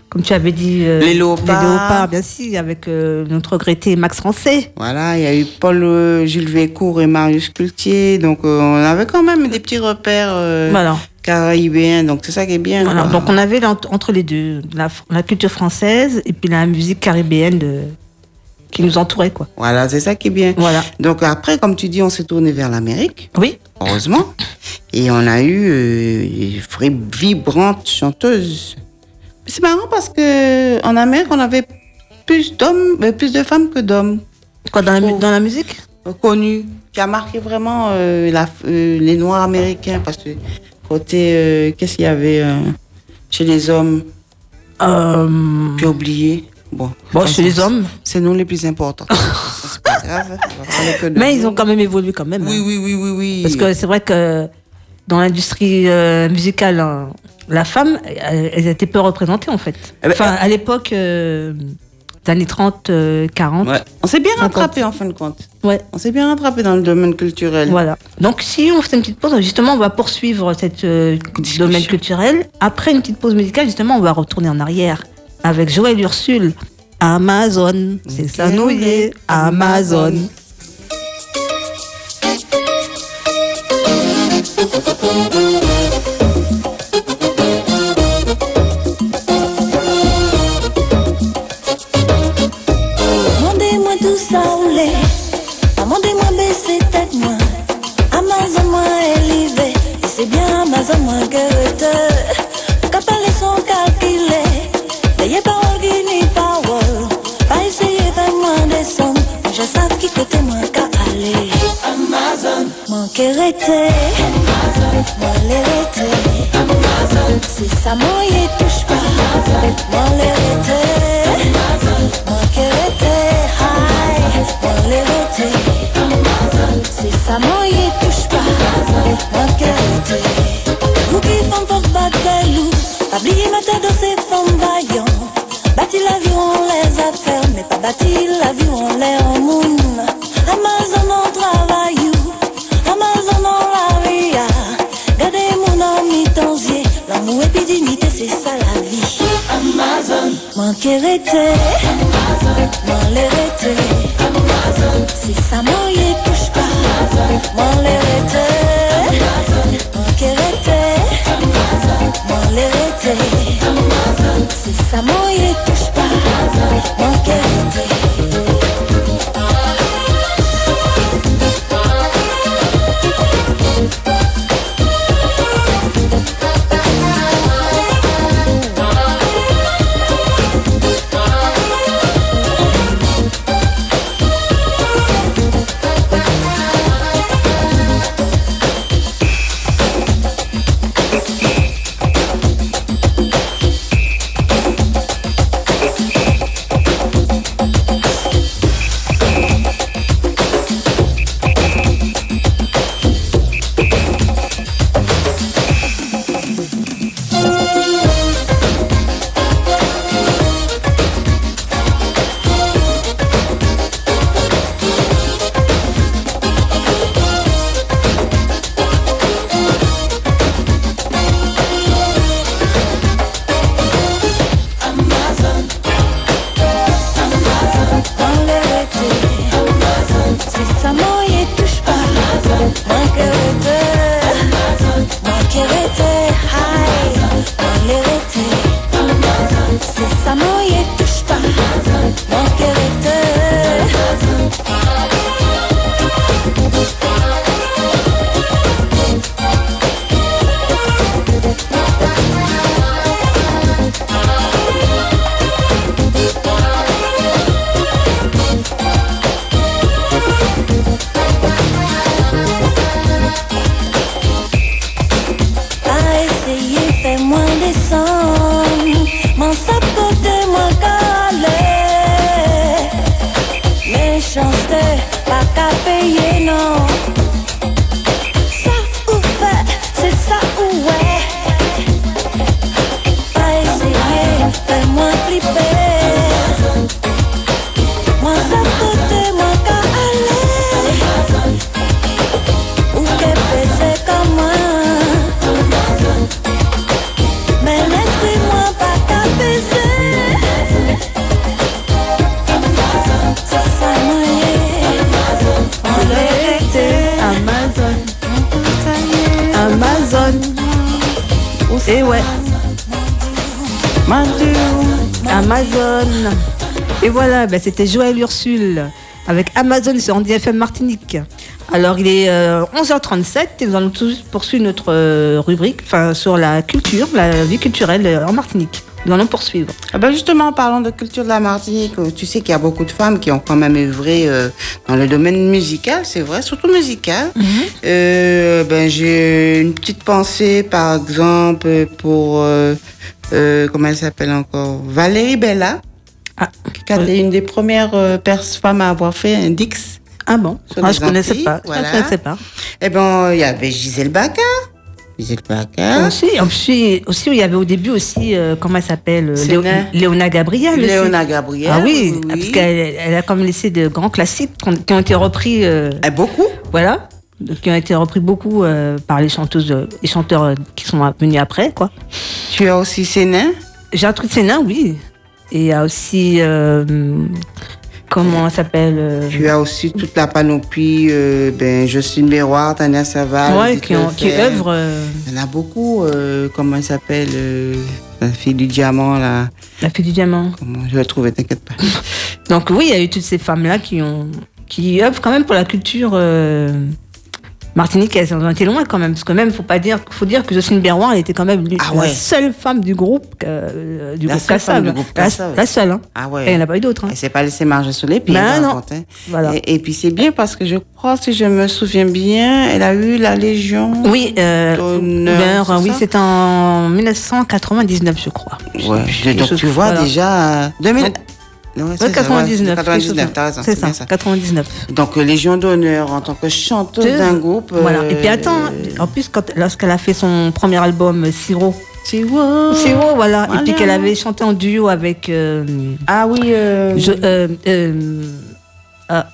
[SPEAKER 2] comme tu avais dit, euh,
[SPEAKER 3] Les léopards.
[SPEAKER 2] les léopards, bien sûr, avec euh, notre regretté Max Rancé.
[SPEAKER 3] Voilà, il y a eu Paul euh, Jules Vécourt et Marius Cultier. Donc, euh, on avait quand même des petits repères euh,
[SPEAKER 2] Voilà.
[SPEAKER 3] caribéens. Donc, c'est ça qui est bien.
[SPEAKER 2] Voilà.
[SPEAKER 3] quoi.
[SPEAKER 2] Donc on avait l'ent- entre les deux la, fr- la culture française et puis la musique caribéenne de- qui nous entourait, quoi.
[SPEAKER 3] Voilà, c'est ça qui est bien.
[SPEAKER 2] Voilà.
[SPEAKER 3] Donc, après, comme tu dis, on s'est tourné vers l'Amérique,
[SPEAKER 2] Oui.
[SPEAKER 3] heureusement. Et on a eu euh, une vibrante chanteuse. C'est marrant parce que en Amérique, on avait plus d'hommes, euh, plus de femmes que d'hommes.
[SPEAKER 2] Quoi, dans la, mu-
[SPEAKER 3] Oh.
[SPEAKER 2] dans la musique
[SPEAKER 3] connu, qui a marqué vraiment euh, la- euh, les Noirs américains parce que côté euh, qu'est-ce qu'il y avait euh, chez les hommes,
[SPEAKER 2] Euh,
[SPEAKER 3] j'ai oublié. Bon,
[SPEAKER 2] Bon, chez les hommes.
[SPEAKER 3] c'est nous les plus importants. Ça, c'est pas grave. on va parler que de
[SPEAKER 2] Mais ils
[SPEAKER 3] nous.
[SPEAKER 2] ont quand même évolué quand même.
[SPEAKER 3] Oui,
[SPEAKER 2] hein.
[SPEAKER 3] oui, oui, oui, oui.
[SPEAKER 2] Parce que c'est vrai que dans l'industrie euh, musicale, hein, la femme, elle, elle était peu représentée en fait.
[SPEAKER 3] Eh ben,
[SPEAKER 2] Enfin, à l'époque, euh, des années 30, euh, 40.
[SPEAKER 3] Ouais. on s'est bien
[SPEAKER 2] Cinquante.
[SPEAKER 3] rattrapé en fin de compte.
[SPEAKER 2] Ouais.
[SPEAKER 3] On s'est bien rattrapé dans le domaine culturel.
[SPEAKER 2] Voilà. Donc, si on fait une petite pause, justement, on va poursuivre cette euh,
[SPEAKER 3] Discussion.
[SPEAKER 2] domaine culturel. Après une petite pause musicale, justement, on va retourner en arrière avec Joël Ursule. Amazon, c'est ça nous y est, Amazon.
[SPEAKER 6] Mandez-moi tout ça ou lait. Mandez-moi baisser tête moi. Amazon moi élevé. Et c'est bien Amazon moi que te. Qu'à parler sans calculer. N'ayez pas orgueil ni parole. Pas essayer de moi des sommes. Je sais qui côté moi qu'à aller. Amazon. Mon cœur était. Moi l'hérité. Amazon. Si ça m'en touche pas. Moi l'hérité. Moi qui l'étais, aïe, moi l'étais. Si ça m'y touche pas, moi qui l'étais. Vous qui font fort pas de loup, pas oublier ma tête dans ces femmes vaillantes. Bâti l'avion, on les affaires, mais pas bâti l'avion, on les en moon. Amazon, on travaille, Amazon, on la vie. Gardez mon ami tangier, l'amour et puis dignité, c'est ça la vie. Moi qui l'étais, moi l'hérité. Si ça m'y touche pas, moi l'hérité. Moi qui l'étais, moi l'hérité. Si ça m'y touche pas, moi qui l'étais.
[SPEAKER 2] Et ouais,
[SPEAKER 3] Madou.
[SPEAKER 2] Amazon. Et voilà, ben, c'était Joël Ursule avec Amazon sur Andy FM Martinique. Alors il est euh, 11h37 et nous allons tous poursuivre notre euh, rubrique enfin, sur la culture, la vie culturelle euh, en Martinique. Nous allons poursuivre.
[SPEAKER 3] Ah ben justement, en parlant de culture de la Martinique, euh, tu sais qu'il y a beaucoup de femmes qui ont quand même œuvré euh, dans le domaine musical, c'est vrai, surtout musical.
[SPEAKER 2] Mhm.
[SPEAKER 3] Euh, ben, J'ai une petite pensée, par exemple, pour, euh, euh, comment elle s'appelle encore Valérie Bella,
[SPEAKER 2] Ah,
[SPEAKER 3] qui a été une des premières euh, pers- femmes à avoir fait un Dix.
[SPEAKER 2] ah bon
[SPEAKER 3] Sur
[SPEAKER 2] ah,
[SPEAKER 3] les
[SPEAKER 2] Je ne connaissais
[SPEAKER 3] Antilles,
[SPEAKER 2] pas.
[SPEAKER 3] voilà.
[SPEAKER 2] Je connaissais pas.
[SPEAKER 3] Eh ben, il y avait Gisèle Baca. Gisèle Baca.
[SPEAKER 2] Aussi, aussi, aussi, il y avait au début aussi, euh, comment elle s'appelle euh, Léo-
[SPEAKER 3] Sénat.
[SPEAKER 2] Léona Gabriel. aussi.
[SPEAKER 3] Léona Gabriel.
[SPEAKER 2] Oh, Ah oui, parce qu'elle elle a comme laissé de grands classiques qu'on- qui ont été repris, euh,
[SPEAKER 3] Eh, beaucoup.
[SPEAKER 2] voilà, qui ont été repris beaucoup euh, par les chanteuses euh, et chanteurs euh, qui sont venus après, quoi.
[SPEAKER 3] Tu as aussi Sénin.
[SPEAKER 2] Gertrude Sénin, oui. Et il y a aussi, euh, comment elle s'appelle euh,
[SPEAKER 3] Tu as aussi toute la panoplie, euh, ben, Justine Miroir, Tania Saval.
[SPEAKER 2] ouais,
[SPEAKER 3] Edith
[SPEAKER 2] qui, ont- qui
[SPEAKER 3] Lefebvre.
[SPEAKER 2] œuvrent. euh,
[SPEAKER 3] Il y en a beaucoup. euh, comment elle s'appelle euh, La fille du diamant, là.
[SPEAKER 2] la fille du diamant.
[SPEAKER 3] Comment, je vais trouver, t'inquiète pas.
[SPEAKER 2] Donc oui, il y a eu toutes ces femmes-là qui ont qui œuvrent quand même pour la culture euh, martiniquaise. Elles ont été loin quand même, parce que même faut pas dire, faut dire que Jocelyne Berroir elle était quand même l'une-
[SPEAKER 3] Ah ouais.
[SPEAKER 2] la seule femme du groupe euh, du
[SPEAKER 3] La
[SPEAKER 2] groupe
[SPEAKER 3] seule femme
[SPEAKER 2] Cassable.
[SPEAKER 3] du groupe
[SPEAKER 2] La-
[SPEAKER 3] Cassable.
[SPEAKER 2] La seule. Hein.
[SPEAKER 3] Ah
[SPEAKER 2] Et il n'y
[SPEAKER 3] ouais.
[SPEAKER 2] en a pas eu d'autres. hein.
[SPEAKER 3] Elle s'est pas laissée marcher sur les pieds.
[SPEAKER 2] Ben
[SPEAKER 3] par
[SPEAKER 2] non.
[SPEAKER 3] contre, hein.
[SPEAKER 2] Voilà.
[SPEAKER 3] Et, et puis c'est bien parce que je crois, si je me souviens bien, elle a eu la Légion.
[SPEAKER 2] Oui, euh,
[SPEAKER 3] D'honneur,
[SPEAKER 2] d'honneur,
[SPEAKER 3] c'est
[SPEAKER 2] oui,
[SPEAKER 3] ça
[SPEAKER 2] c'était en 1999, je crois.
[SPEAKER 3] Ouais, je- donc tu vois
[SPEAKER 2] Voilà.
[SPEAKER 3] déjà. euh, 2000...
[SPEAKER 2] Donc-
[SPEAKER 3] Ouais, c'est ça,
[SPEAKER 2] Ouais,
[SPEAKER 3] ouais,
[SPEAKER 2] 99. quelque chose
[SPEAKER 3] 99,
[SPEAKER 2] comme
[SPEAKER 3] t'as
[SPEAKER 2] ça.
[SPEAKER 3] raison,
[SPEAKER 2] C'est
[SPEAKER 3] bien
[SPEAKER 2] ça, 99.
[SPEAKER 3] Donc, euh, Légion d'honneur en tant que chanteuse
[SPEAKER 2] Deux.
[SPEAKER 3] d'un groupe.
[SPEAKER 2] Voilà. Et puis
[SPEAKER 3] euh,
[SPEAKER 2] attends, en plus, quand, lorsqu'elle a fait son premier album, euh, Sirop,
[SPEAKER 3] C'est wow.
[SPEAKER 2] Sirop, voilà.
[SPEAKER 3] Oh. Voilà.
[SPEAKER 2] Et puis qu'elle avait chanté en duo avec. euh,
[SPEAKER 3] Ah oui. euh,
[SPEAKER 2] Je- euh, euh, ah.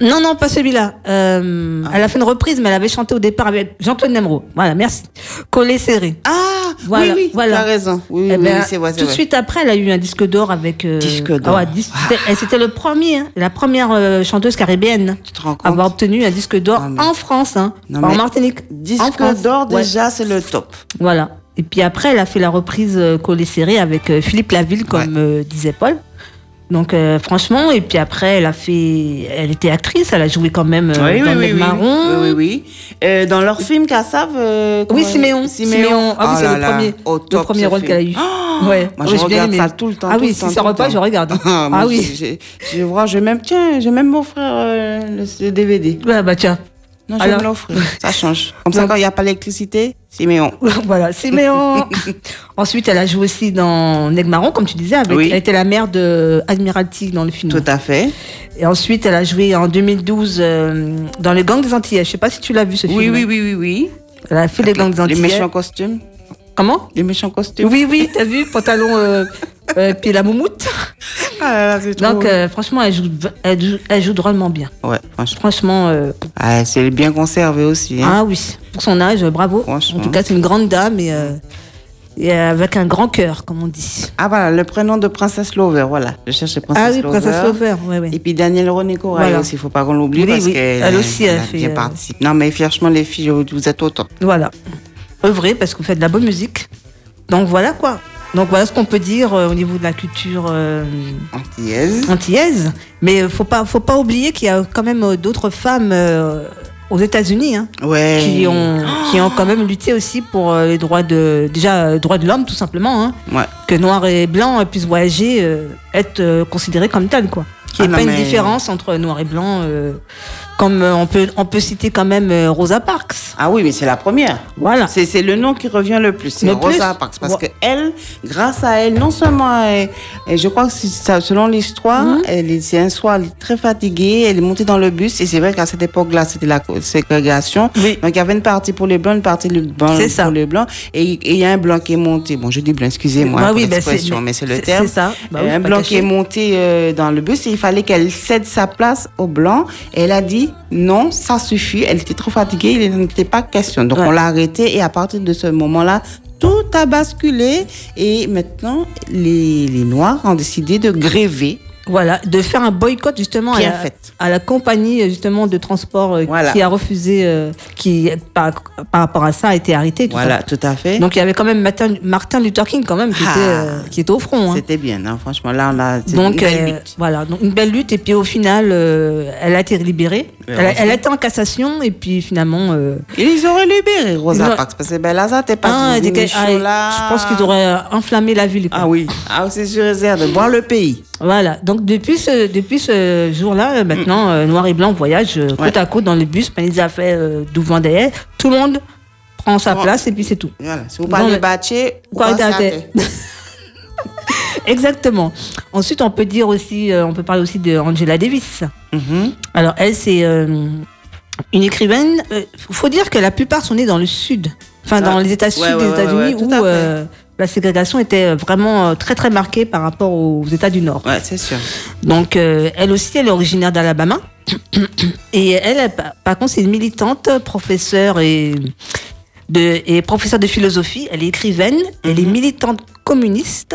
[SPEAKER 2] Non, non, pas celui-là. Euh,
[SPEAKER 3] Ah.
[SPEAKER 2] Elle a fait une reprise, mais elle avait chanté au départ avec Jean-Claude Nemro. Voilà, merci. Collé serré.
[SPEAKER 3] Ah
[SPEAKER 2] Voilà,
[SPEAKER 3] oui, oui,
[SPEAKER 2] voilà.
[SPEAKER 3] t'as raison. Oui,
[SPEAKER 2] Eh
[SPEAKER 3] oui,
[SPEAKER 2] ben,
[SPEAKER 3] oui, c'est vrai, c'est
[SPEAKER 2] tout de
[SPEAKER 3] vrai.
[SPEAKER 2] suite après, elle a eu un disque d'or avec. euh,
[SPEAKER 3] Disque d'or.
[SPEAKER 2] ah ouais, dis- c'était- et c'était le premier, hein, la première euh, chanteuse caribéenne
[SPEAKER 3] Tu te rends
[SPEAKER 2] à
[SPEAKER 3] compte
[SPEAKER 2] avoir obtenu un disque d'or
[SPEAKER 3] Non, Ah, mais-
[SPEAKER 2] en France, hein,
[SPEAKER 3] Non,
[SPEAKER 2] pas en
[SPEAKER 3] mais-
[SPEAKER 2] Martinique. en
[SPEAKER 3] Disque
[SPEAKER 2] France.
[SPEAKER 3] d'or,
[SPEAKER 2] Ouais,
[SPEAKER 3] déjà, c'est le top.
[SPEAKER 2] voilà. Et puis après, elle a fait la reprise euh, collée serrée avec euh, Philippe Laville, comme euh, disait Paul. Donc euh, franchement, et puis après, elle a fait, elle était actrice, elle a joué quand même euh, dans Les Marrons.
[SPEAKER 3] Oui, oui, oui. Euh, dans leur film, Kassav. euh, comment-
[SPEAKER 2] Oui, Siméon. Siméon. Ah oui,
[SPEAKER 3] Oh
[SPEAKER 2] c'est
[SPEAKER 3] là
[SPEAKER 2] le
[SPEAKER 3] là,
[SPEAKER 2] premier,
[SPEAKER 3] au
[SPEAKER 2] le
[SPEAKER 3] top,
[SPEAKER 2] premier
[SPEAKER 3] ce
[SPEAKER 2] rôle
[SPEAKER 3] film.
[SPEAKER 2] qu'elle a eu.
[SPEAKER 3] Oh,
[SPEAKER 2] ouais.
[SPEAKER 3] Moi,
[SPEAKER 2] Ouais,
[SPEAKER 3] je
[SPEAKER 2] j'ai bien
[SPEAKER 3] regarde
[SPEAKER 2] aimé.
[SPEAKER 3] ça tout le temps.
[SPEAKER 2] Ah
[SPEAKER 3] tout
[SPEAKER 2] oui,
[SPEAKER 3] le
[SPEAKER 2] si
[SPEAKER 3] temps,
[SPEAKER 2] ça
[SPEAKER 3] tout le
[SPEAKER 2] repasse,
[SPEAKER 3] temps.
[SPEAKER 2] je regarde.
[SPEAKER 3] Ah, moi,
[SPEAKER 2] Ah oui.
[SPEAKER 3] j'ai- j'ai- Je vois, je vais même, tiens, je vais même m'offrir euh, le, le DVD.
[SPEAKER 2] Ouais, bah tiens,
[SPEAKER 3] Non, je vais
[SPEAKER 2] Alors-
[SPEAKER 3] me l'offrir. Ça change. Comme ça,
[SPEAKER 2] Donc-
[SPEAKER 3] quand il n'y a pas l'électricité, Siméon.
[SPEAKER 2] voilà, Siméon. Ensuite, elle a joué aussi dans Negmaron, comme tu disais, avec,
[SPEAKER 3] Oui.
[SPEAKER 2] elle était la mère de Admiralty dans le film.
[SPEAKER 3] Tout à fait.
[SPEAKER 2] Et ensuite, elle a joué en 2012 euh, dans Le Gang des Antilles. Je sais pas si tu l'as vu ce
[SPEAKER 3] Oui,
[SPEAKER 2] film.
[SPEAKER 3] oui, oui, oui, oui.
[SPEAKER 2] Elle a fait Les Gangs des
[SPEAKER 3] Les
[SPEAKER 2] Antilles.
[SPEAKER 3] méchants costumes.
[SPEAKER 2] Comment
[SPEAKER 3] Les méchants costumes.
[SPEAKER 2] Oui, oui, t'as vu, pantalon, euh, euh, puis la moumoute.
[SPEAKER 3] Ah là là, c'est trop
[SPEAKER 2] Donc, euh, franchement, elle joue, elle, joue, elle joue drôlement bien.
[SPEAKER 3] euh, Ouais, franchement.
[SPEAKER 2] Franchement, euh,
[SPEAKER 3] Ah, c'est bien conservé aussi. Hein.
[SPEAKER 2] ah oui, pour son âge, euh, bravo. En
[SPEAKER 3] Franchement.
[SPEAKER 2] tout cas, c'est une grande dame et, euh, et euh, avec un grand cœur, comme on dit.
[SPEAKER 3] Ah, voilà, le prénom de Princesse Lover, voilà. Je cherche Princesse
[SPEAKER 2] ah oui,
[SPEAKER 3] Lover.
[SPEAKER 2] Princesse Sauveur, oui, oui.
[SPEAKER 3] Et puis Daniel René Corail
[SPEAKER 2] Voilà.
[SPEAKER 3] aussi, il ne faut pas qu'on l'oublie
[SPEAKER 2] Oui,
[SPEAKER 3] parce
[SPEAKER 2] oui,
[SPEAKER 3] qu'elle
[SPEAKER 2] elle aussi, elle
[SPEAKER 3] a
[SPEAKER 2] fait,
[SPEAKER 3] bien
[SPEAKER 2] euh,
[SPEAKER 3] participé. Non, mais franchement, les filles, vous vous êtes autant.
[SPEAKER 2] Voilà. Œuvrez parce que vous faites de la bonne musique. Donc voilà quoi. Donc voilà ce qu'on peut dire euh, au niveau de la culture euh,
[SPEAKER 3] Antillaise.
[SPEAKER 2] antillaise. Mais euh, faut pas, faut pas oublier qu'il y a quand même euh, d'autres femmes euh, aux États-Unis hein,
[SPEAKER 3] Ouais.
[SPEAKER 2] qui ont, qui ont quand même lutté aussi pour euh, les droits de, déjà euh, droits de l'homme tout simplement. hein.
[SPEAKER 3] Ouais.
[SPEAKER 2] que noir et blanc euh, puissent voyager, euh, être euh, considérés comme tels, quoi. Qu'il n'y ait
[SPEAKER 3] Ah non,
[SPEAKER 2] pas
[SPEAKER 3] mais-
[SPEAKER 2] une différence entre noir et blanc, euh, comme euh, on, peut, on peut citer quand même euh, Rosa Parks.
[SPEAKER 3] Ah oui, mais c'est la première.
[SPEAKER 2] Voilà.
[SPEAKER 3] C'est c'est le nom qui revient le plus, c'est
[SPEAKER 2] Le
[SPEAKER 3] Rosa
[SPEAKER 2] plus.
[SPEAKER 3] Parks. Parce
[SPEAKER 2] Ouais.
[SPEAKER 3] que elle, grâce à elle, non seulement, elle- elle- je crois que c'est ça, selon l'histoire,
[SPEAKER 2] Mhm.
[SPEAKER 3] elle est- c'est un soir, elle est très fatiguée, elle est montée dans le bus, et c'est vrai qu'à cette époque-là, c'était la co- ségrégation.
[SPEAKER 2] Oui.
[SPEAKER 3] Donc il y avait une partie pour les blancs, une partie le- blanc-
[SPEAKER 2] C'est ça.
[SPEAKER 3] pour les blancs, et et il y a un blanc qui est monté. Bon, je dis blanc, excusez-moi
[SPEAKER 2] Bah
[SPEAKER 3] pour
[SPEAKER 2] oui, bah
[SPEAKER 3] l'expression, mais c'est le terme.
[SPEAKER 2] C'est ça. Bah oui,
[SPEAKER 3] Euh, un
[SPEAKER 2] faut pas
[SPEAKER 3] blanc qui
[SPEAKER 2] cacher.
[SPEAKER 3] est monté euh, dans le bus et il fallait qu'elle cède sa place au blanc. Et elle a dit non, ça suffit. Elle était trop fatiguée, il n'était pas question. Donc
[SPEAKER 2] Ouais.
[SPEAKER 3] on l'a arrêtée et à partir de ce moment-là, tout a basculé et maintenant les, les Noirs ont décidé de gréver
[SPEAKER 2] Voilà, de faire un boycott justement à
[SPEAKER 3] Bien
[SPEAKER 2] la,
[SPEAKER 3] fait.
[SPEAKER 2] à la compagnie euh, justement de transport euh,
[SPEAKER 3] Voilà.
[SPEAKER 2] qui a refusé, euh, qui par, par rapport à ça a été arrêté. tout
[SPEAKER 3] Voilà,
[SPEAKER 2] ça.
[SPEAKER 3] tout à fait.
[SPEAKER 2] Donc il y avait quand même Martin, Martin Luther King quand même qui,
[SPEAKER 3] Ah.
[SPEAKER 2] était, euh, qui était au front. hein.
[SPEAKER 3] C'était bien, hein, franchement. Là, on a. c'est
[SPEAKER 2] Donc
[SPEAKER 3] une belle
[SPEAKER 2] euh,
[SPEAKER 3] lutte.
[SPEAKER 2] voilà, donc une belle lutte et puis au final, euh, elle a été libérée. Elle, a- elle a été en cassation et puis finalement, euh,
[SPEAKER 3] Ils auraient libéré Rosa
[SPEAKER 2] Ils auraient-
[SPEAKER 3] Parks parce que ben, Lazare t'es
[SPEAKER 2] ah,
[SPEAKER 3] pas
[SPEAKER 2] elle
[SPEAKER 3] du
[SPEAKER 2] était- ah,
[SPEAKER 3] là.
[SPEAKER 2] je pense qu'ils auraient enflammé la ville. quoi.
[SPEAKER 3] Ah oui, ah, c'est sur réserve de voir le pays.
[SPEAKER 2] Voilà, donc depuis ce, depuis ce jour-là, euh, maintenant, euh, Noir et Blanc voyage euh,
[SPEAKER 3] Ouais.
[SPEAKER 2] côte à côte dans le bus, Panizafé, euh, Douvandais, tout le monde prend sa
[SPEAKER 3] Bon.
[SPEAKER 2] place et puis c'est tout.
[SPEAKER 3] Voilà. Si vous
[SPEAKER 2] Bon,
[SPEAKER 3] parlez
[SPEAKER 2] mais-
[SPEAKER 3] bâché, vous
[SPEAKER 2] Quoi
[SPEAKER 3] pensez à
[SPEAKER 2] d'un thé. Exactement. Ensuite, on peut dire aussi, euh, on peut parler aussi de Angela Davis.
[SPEAKER 3] Mhm.
[SPEAKER 2] Alors elle, c'est euh, une écrivaine. euh, faut dire que la plupart sont nés dans le sud, enfin dans
[SPEAKER 3] Ah,
[SPEAKER 2] les États
[SPEAKER 3] ouais,
[SPEAKER 2] sud
[SPEAKER 3] ouais,
[SPEAKER 2] des
[SPEAKER 3] ouais,
[SPEAKER 2] États-Unis
[SPEAKER 3] ouais, tout
[SPEAKER 2] où
[SPEAKER 3] à fait.
[SPEAKER 2] euh, la ségrégation était vraiment euh, très très marquée par rapport aux États du Nord.
[SPEAKER 3] Ouais, c'est sûr.
[SPEAKER 2] Donc, euh, elle aussi, elle est originaire d'Alabama. Et elle, elle, par- par contre, c'est une militante, professeure et, de, et professeure de philosophie. Elle est écrivaine, elle est militante communiste,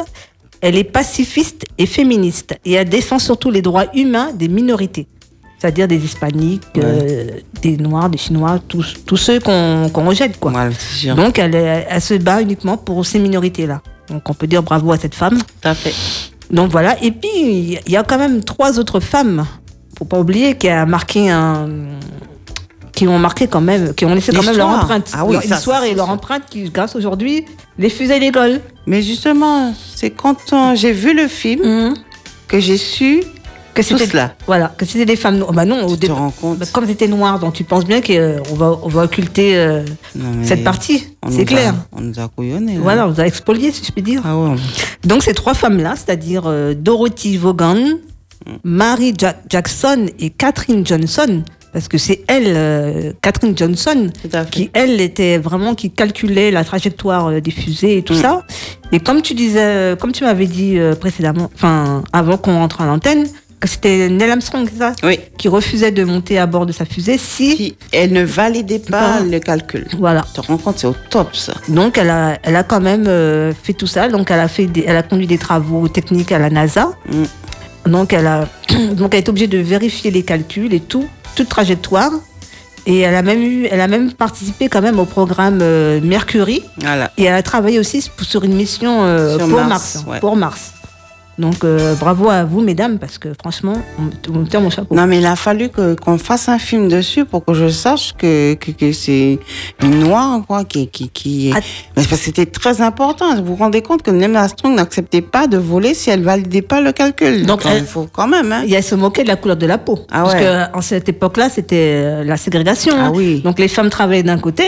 [SPEAKER 2] elle est pacifiste et féministe. Et elle défend surtout les droits humains des minorités, c'est-à-dire des hispaniques, euh, des noirs, des chinois, tous, tous ceux qu'on qu'on rejette. Quoi.
[SPEAKER 3] Voilà, c'est sûr.
[SPEAKER 2] Donc, elle, est- elle se bat uniquement pour ces minorités-là. Donc, on peut dire bravo à cette femme.
[SPEAKER 3] Tout à fait.
[SPEAKER 2] Donc voilà, et puis il y a quand même trois autres femmes, faut pas oublier, qui a marqué un qui ont marqué quand même, qui ont laissé quand même leur
[SPEAKER 3] L'histoire.
[SPEAKER 2] empreinte.
[SPEAKER 3] Ah oui,
[SPEAKER 2] Leur-
[SPEAKER 3] ça,
[SPEAKER 2] l'histoire
[SPEAKER 3] ça,
[SPEAKER 2] et
[SPEAKER 3] ça,
[SPEAKER 2] leur
[SPEAKER 3] ça.
[SPEAKER 2] empreinte qui, grâce aujourd'hui, les fusées l'école.
[SPEAKER 3] Mais justement, c'est quand euh, j'ai vu le film
[SPEAKER 2] Mm.
[SPEAKER 3] que j'ai su que Mmh. tout cela.
[SPEAKER 2] Voilà, que c'était des femmes noires. Bah non, au
[SPEAKER 3] Tu te
[SPEAKER 2] début-
[SPEAKER 3] rends compte
[SPEAKER 2] bah, comme c'était noir, donc tu penses bien qu'on va, on va occulter euh,
[SPEAKER 3] Non, mais
[SPEAKER 2] cette partie,
[SPEAKER 3] on nous
[SPEAKER 2] c'est
[SPEAKER 3] a-
[SPEAKER 2] clair.
[SPEAKER 3] on nous a couillonnés. là.
[SPEAKER 2] Voilà, on va expolier, si je puis dire.
[SPEAKER 3] Ah ouais.
[SPEAKER 2] Donc ces trois femmes-là, c'est-à-dire euh, Dorothy Vaughan, Mary Ja- Jackson et Catherine Johnson, parce que c'est elle, euh, Catherine Johnson,
[SPEAKER 3] Tout à fait.
[SPEAKER 2] qui elle était vraiment qui calculait la trajectoire euh, des fusées et tout
[SPEAKER 3] Mm.
[SPEAKER 2] ça. Et comme tu disais, euh, comme tu m'avais dit euh, précédemment, enfin avant qu'on rentre à l'antenne, que c'était Neil Armstrong, c'est ça,
[SPEAKER 3] Oui.
[SPEAKER 2] qui refusait de monter à bord de sa fusée si
[SPEAKER 3] Qui, elle ne validait pas
[SPEAKER 2] Ah.
[SPEAKER 3] le calcul.
[SPEAKER 2] voilà.
[SPEAKER 3] Tu te rends compte, c'est au top ça.
[SPEAKER 2] Donc elle a, elle a quand même euh, fait tout ça. Donc elle a fait, des- elle a conduit des travaux techniques à la NASA.
[SPEAKER 3] Mm.
[SPEAKER 2] Donc elle a, donc elle est obligée de vérifier les calculs et tout, toute trajectoire. Et elle a même eu, elle a même participé quand même au programme euh, Mercury.
[SPEAKER 3] Voilà.
[SPEAKER 2] Et elle a travaillé aussi s- sur une mission euh,
[SPEAKER 3] Sur
[SPEAKER 2] pour Mars,
[SPEAKER 3] Mars,
[SPEAKER 2] hein,
[SPEAKER 3] ouais.
[SPEAKER 2] pour Mars. Donc euh, bravo à vous mesdames parce que franchement, on, on tient mon chapeau.
[SPEAKER 3] Non, mais il a fallu que- qu'on fasse un film dessus pour que je sache que, que, que c'est une noire, quoi, qui. qui, qui...
[SPEAKER 2] Ah.
[SPEAKER 3] Mais parce que C'était très important. Vous vous rendez compte que Neil Armstrong n'acceptait pas de voler si elle validait pas le calcul.
[SPEAKER 2] Donc,
[SPEAKER 3] Donc,
[SPEAKER 2] elle-
[SPEAKER 3] il faut quand même, hein.
[SPEAKER 2] Il y a se moquer de la couleur de la peau.
[SPEAKER 3] Ah
[SPEAKER 2] parce
[SPEAKER 3] ouais.
[SPEAKER 2] que en cette époque-là, c'était euh, la ségrégation.
[SPEAKER 3] Ah
[SPEAKER 2] hein.
[SPEAKER 3] oui.
[SPEAKER 2] Donc les femmes travaillaient d'un côté,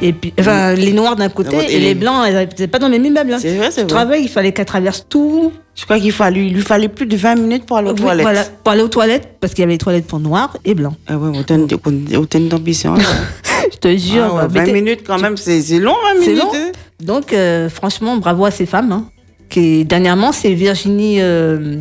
[SPEAKER 2] et puis, enfin, les noirs d'un côté,
[SPEAKER 3] Et
[SPEAKER 2] et, les
[SPEAKER 3] les-
[SPEAKER 2] blancs, elles n'étaient pas dans le même immeuble. hein.
[SPEAKER 3] C'est vrai, c'est
[SPEAKER 2] Le
[SPEAKER 3] vrai.
[SPEAKER 2] travail, il fallait qu'elles traversent tout.
[SPEAKER 3] Je crois qu'il fallait, il lui fallait plus de 20 minutes pour aller aux
[SPEAKER 2] Oui,
[SPEAKER 3] toilettes.
[SPEAKER 2] voilà, pour aller aux toilettes, parce qu'il y avait les toilettes pour noirs et blancs.
[SPEAKER 3] Ah ouais, autant, de- autant d'ambition. hein.
[SPEAKER 2] Je te jure.
[SPEAKER 3] Ah ouais,
[SPEAKER 2] euh,
[SPEAKER 3] 20
[SPEAKER 2] mettez-
[SPEAKER 3] minutes quand même, c'est c'est long 20
[SPEAKER 2] C'est
[SPEAKER 3] minutes.
[SPEAKER 2] long.
[SPEAKER 3] hein.
[SPEAKER 2] Donc, euh, franchement, bravo à ces femmes. hein, qui, dernièrement, c'est Virginie euh,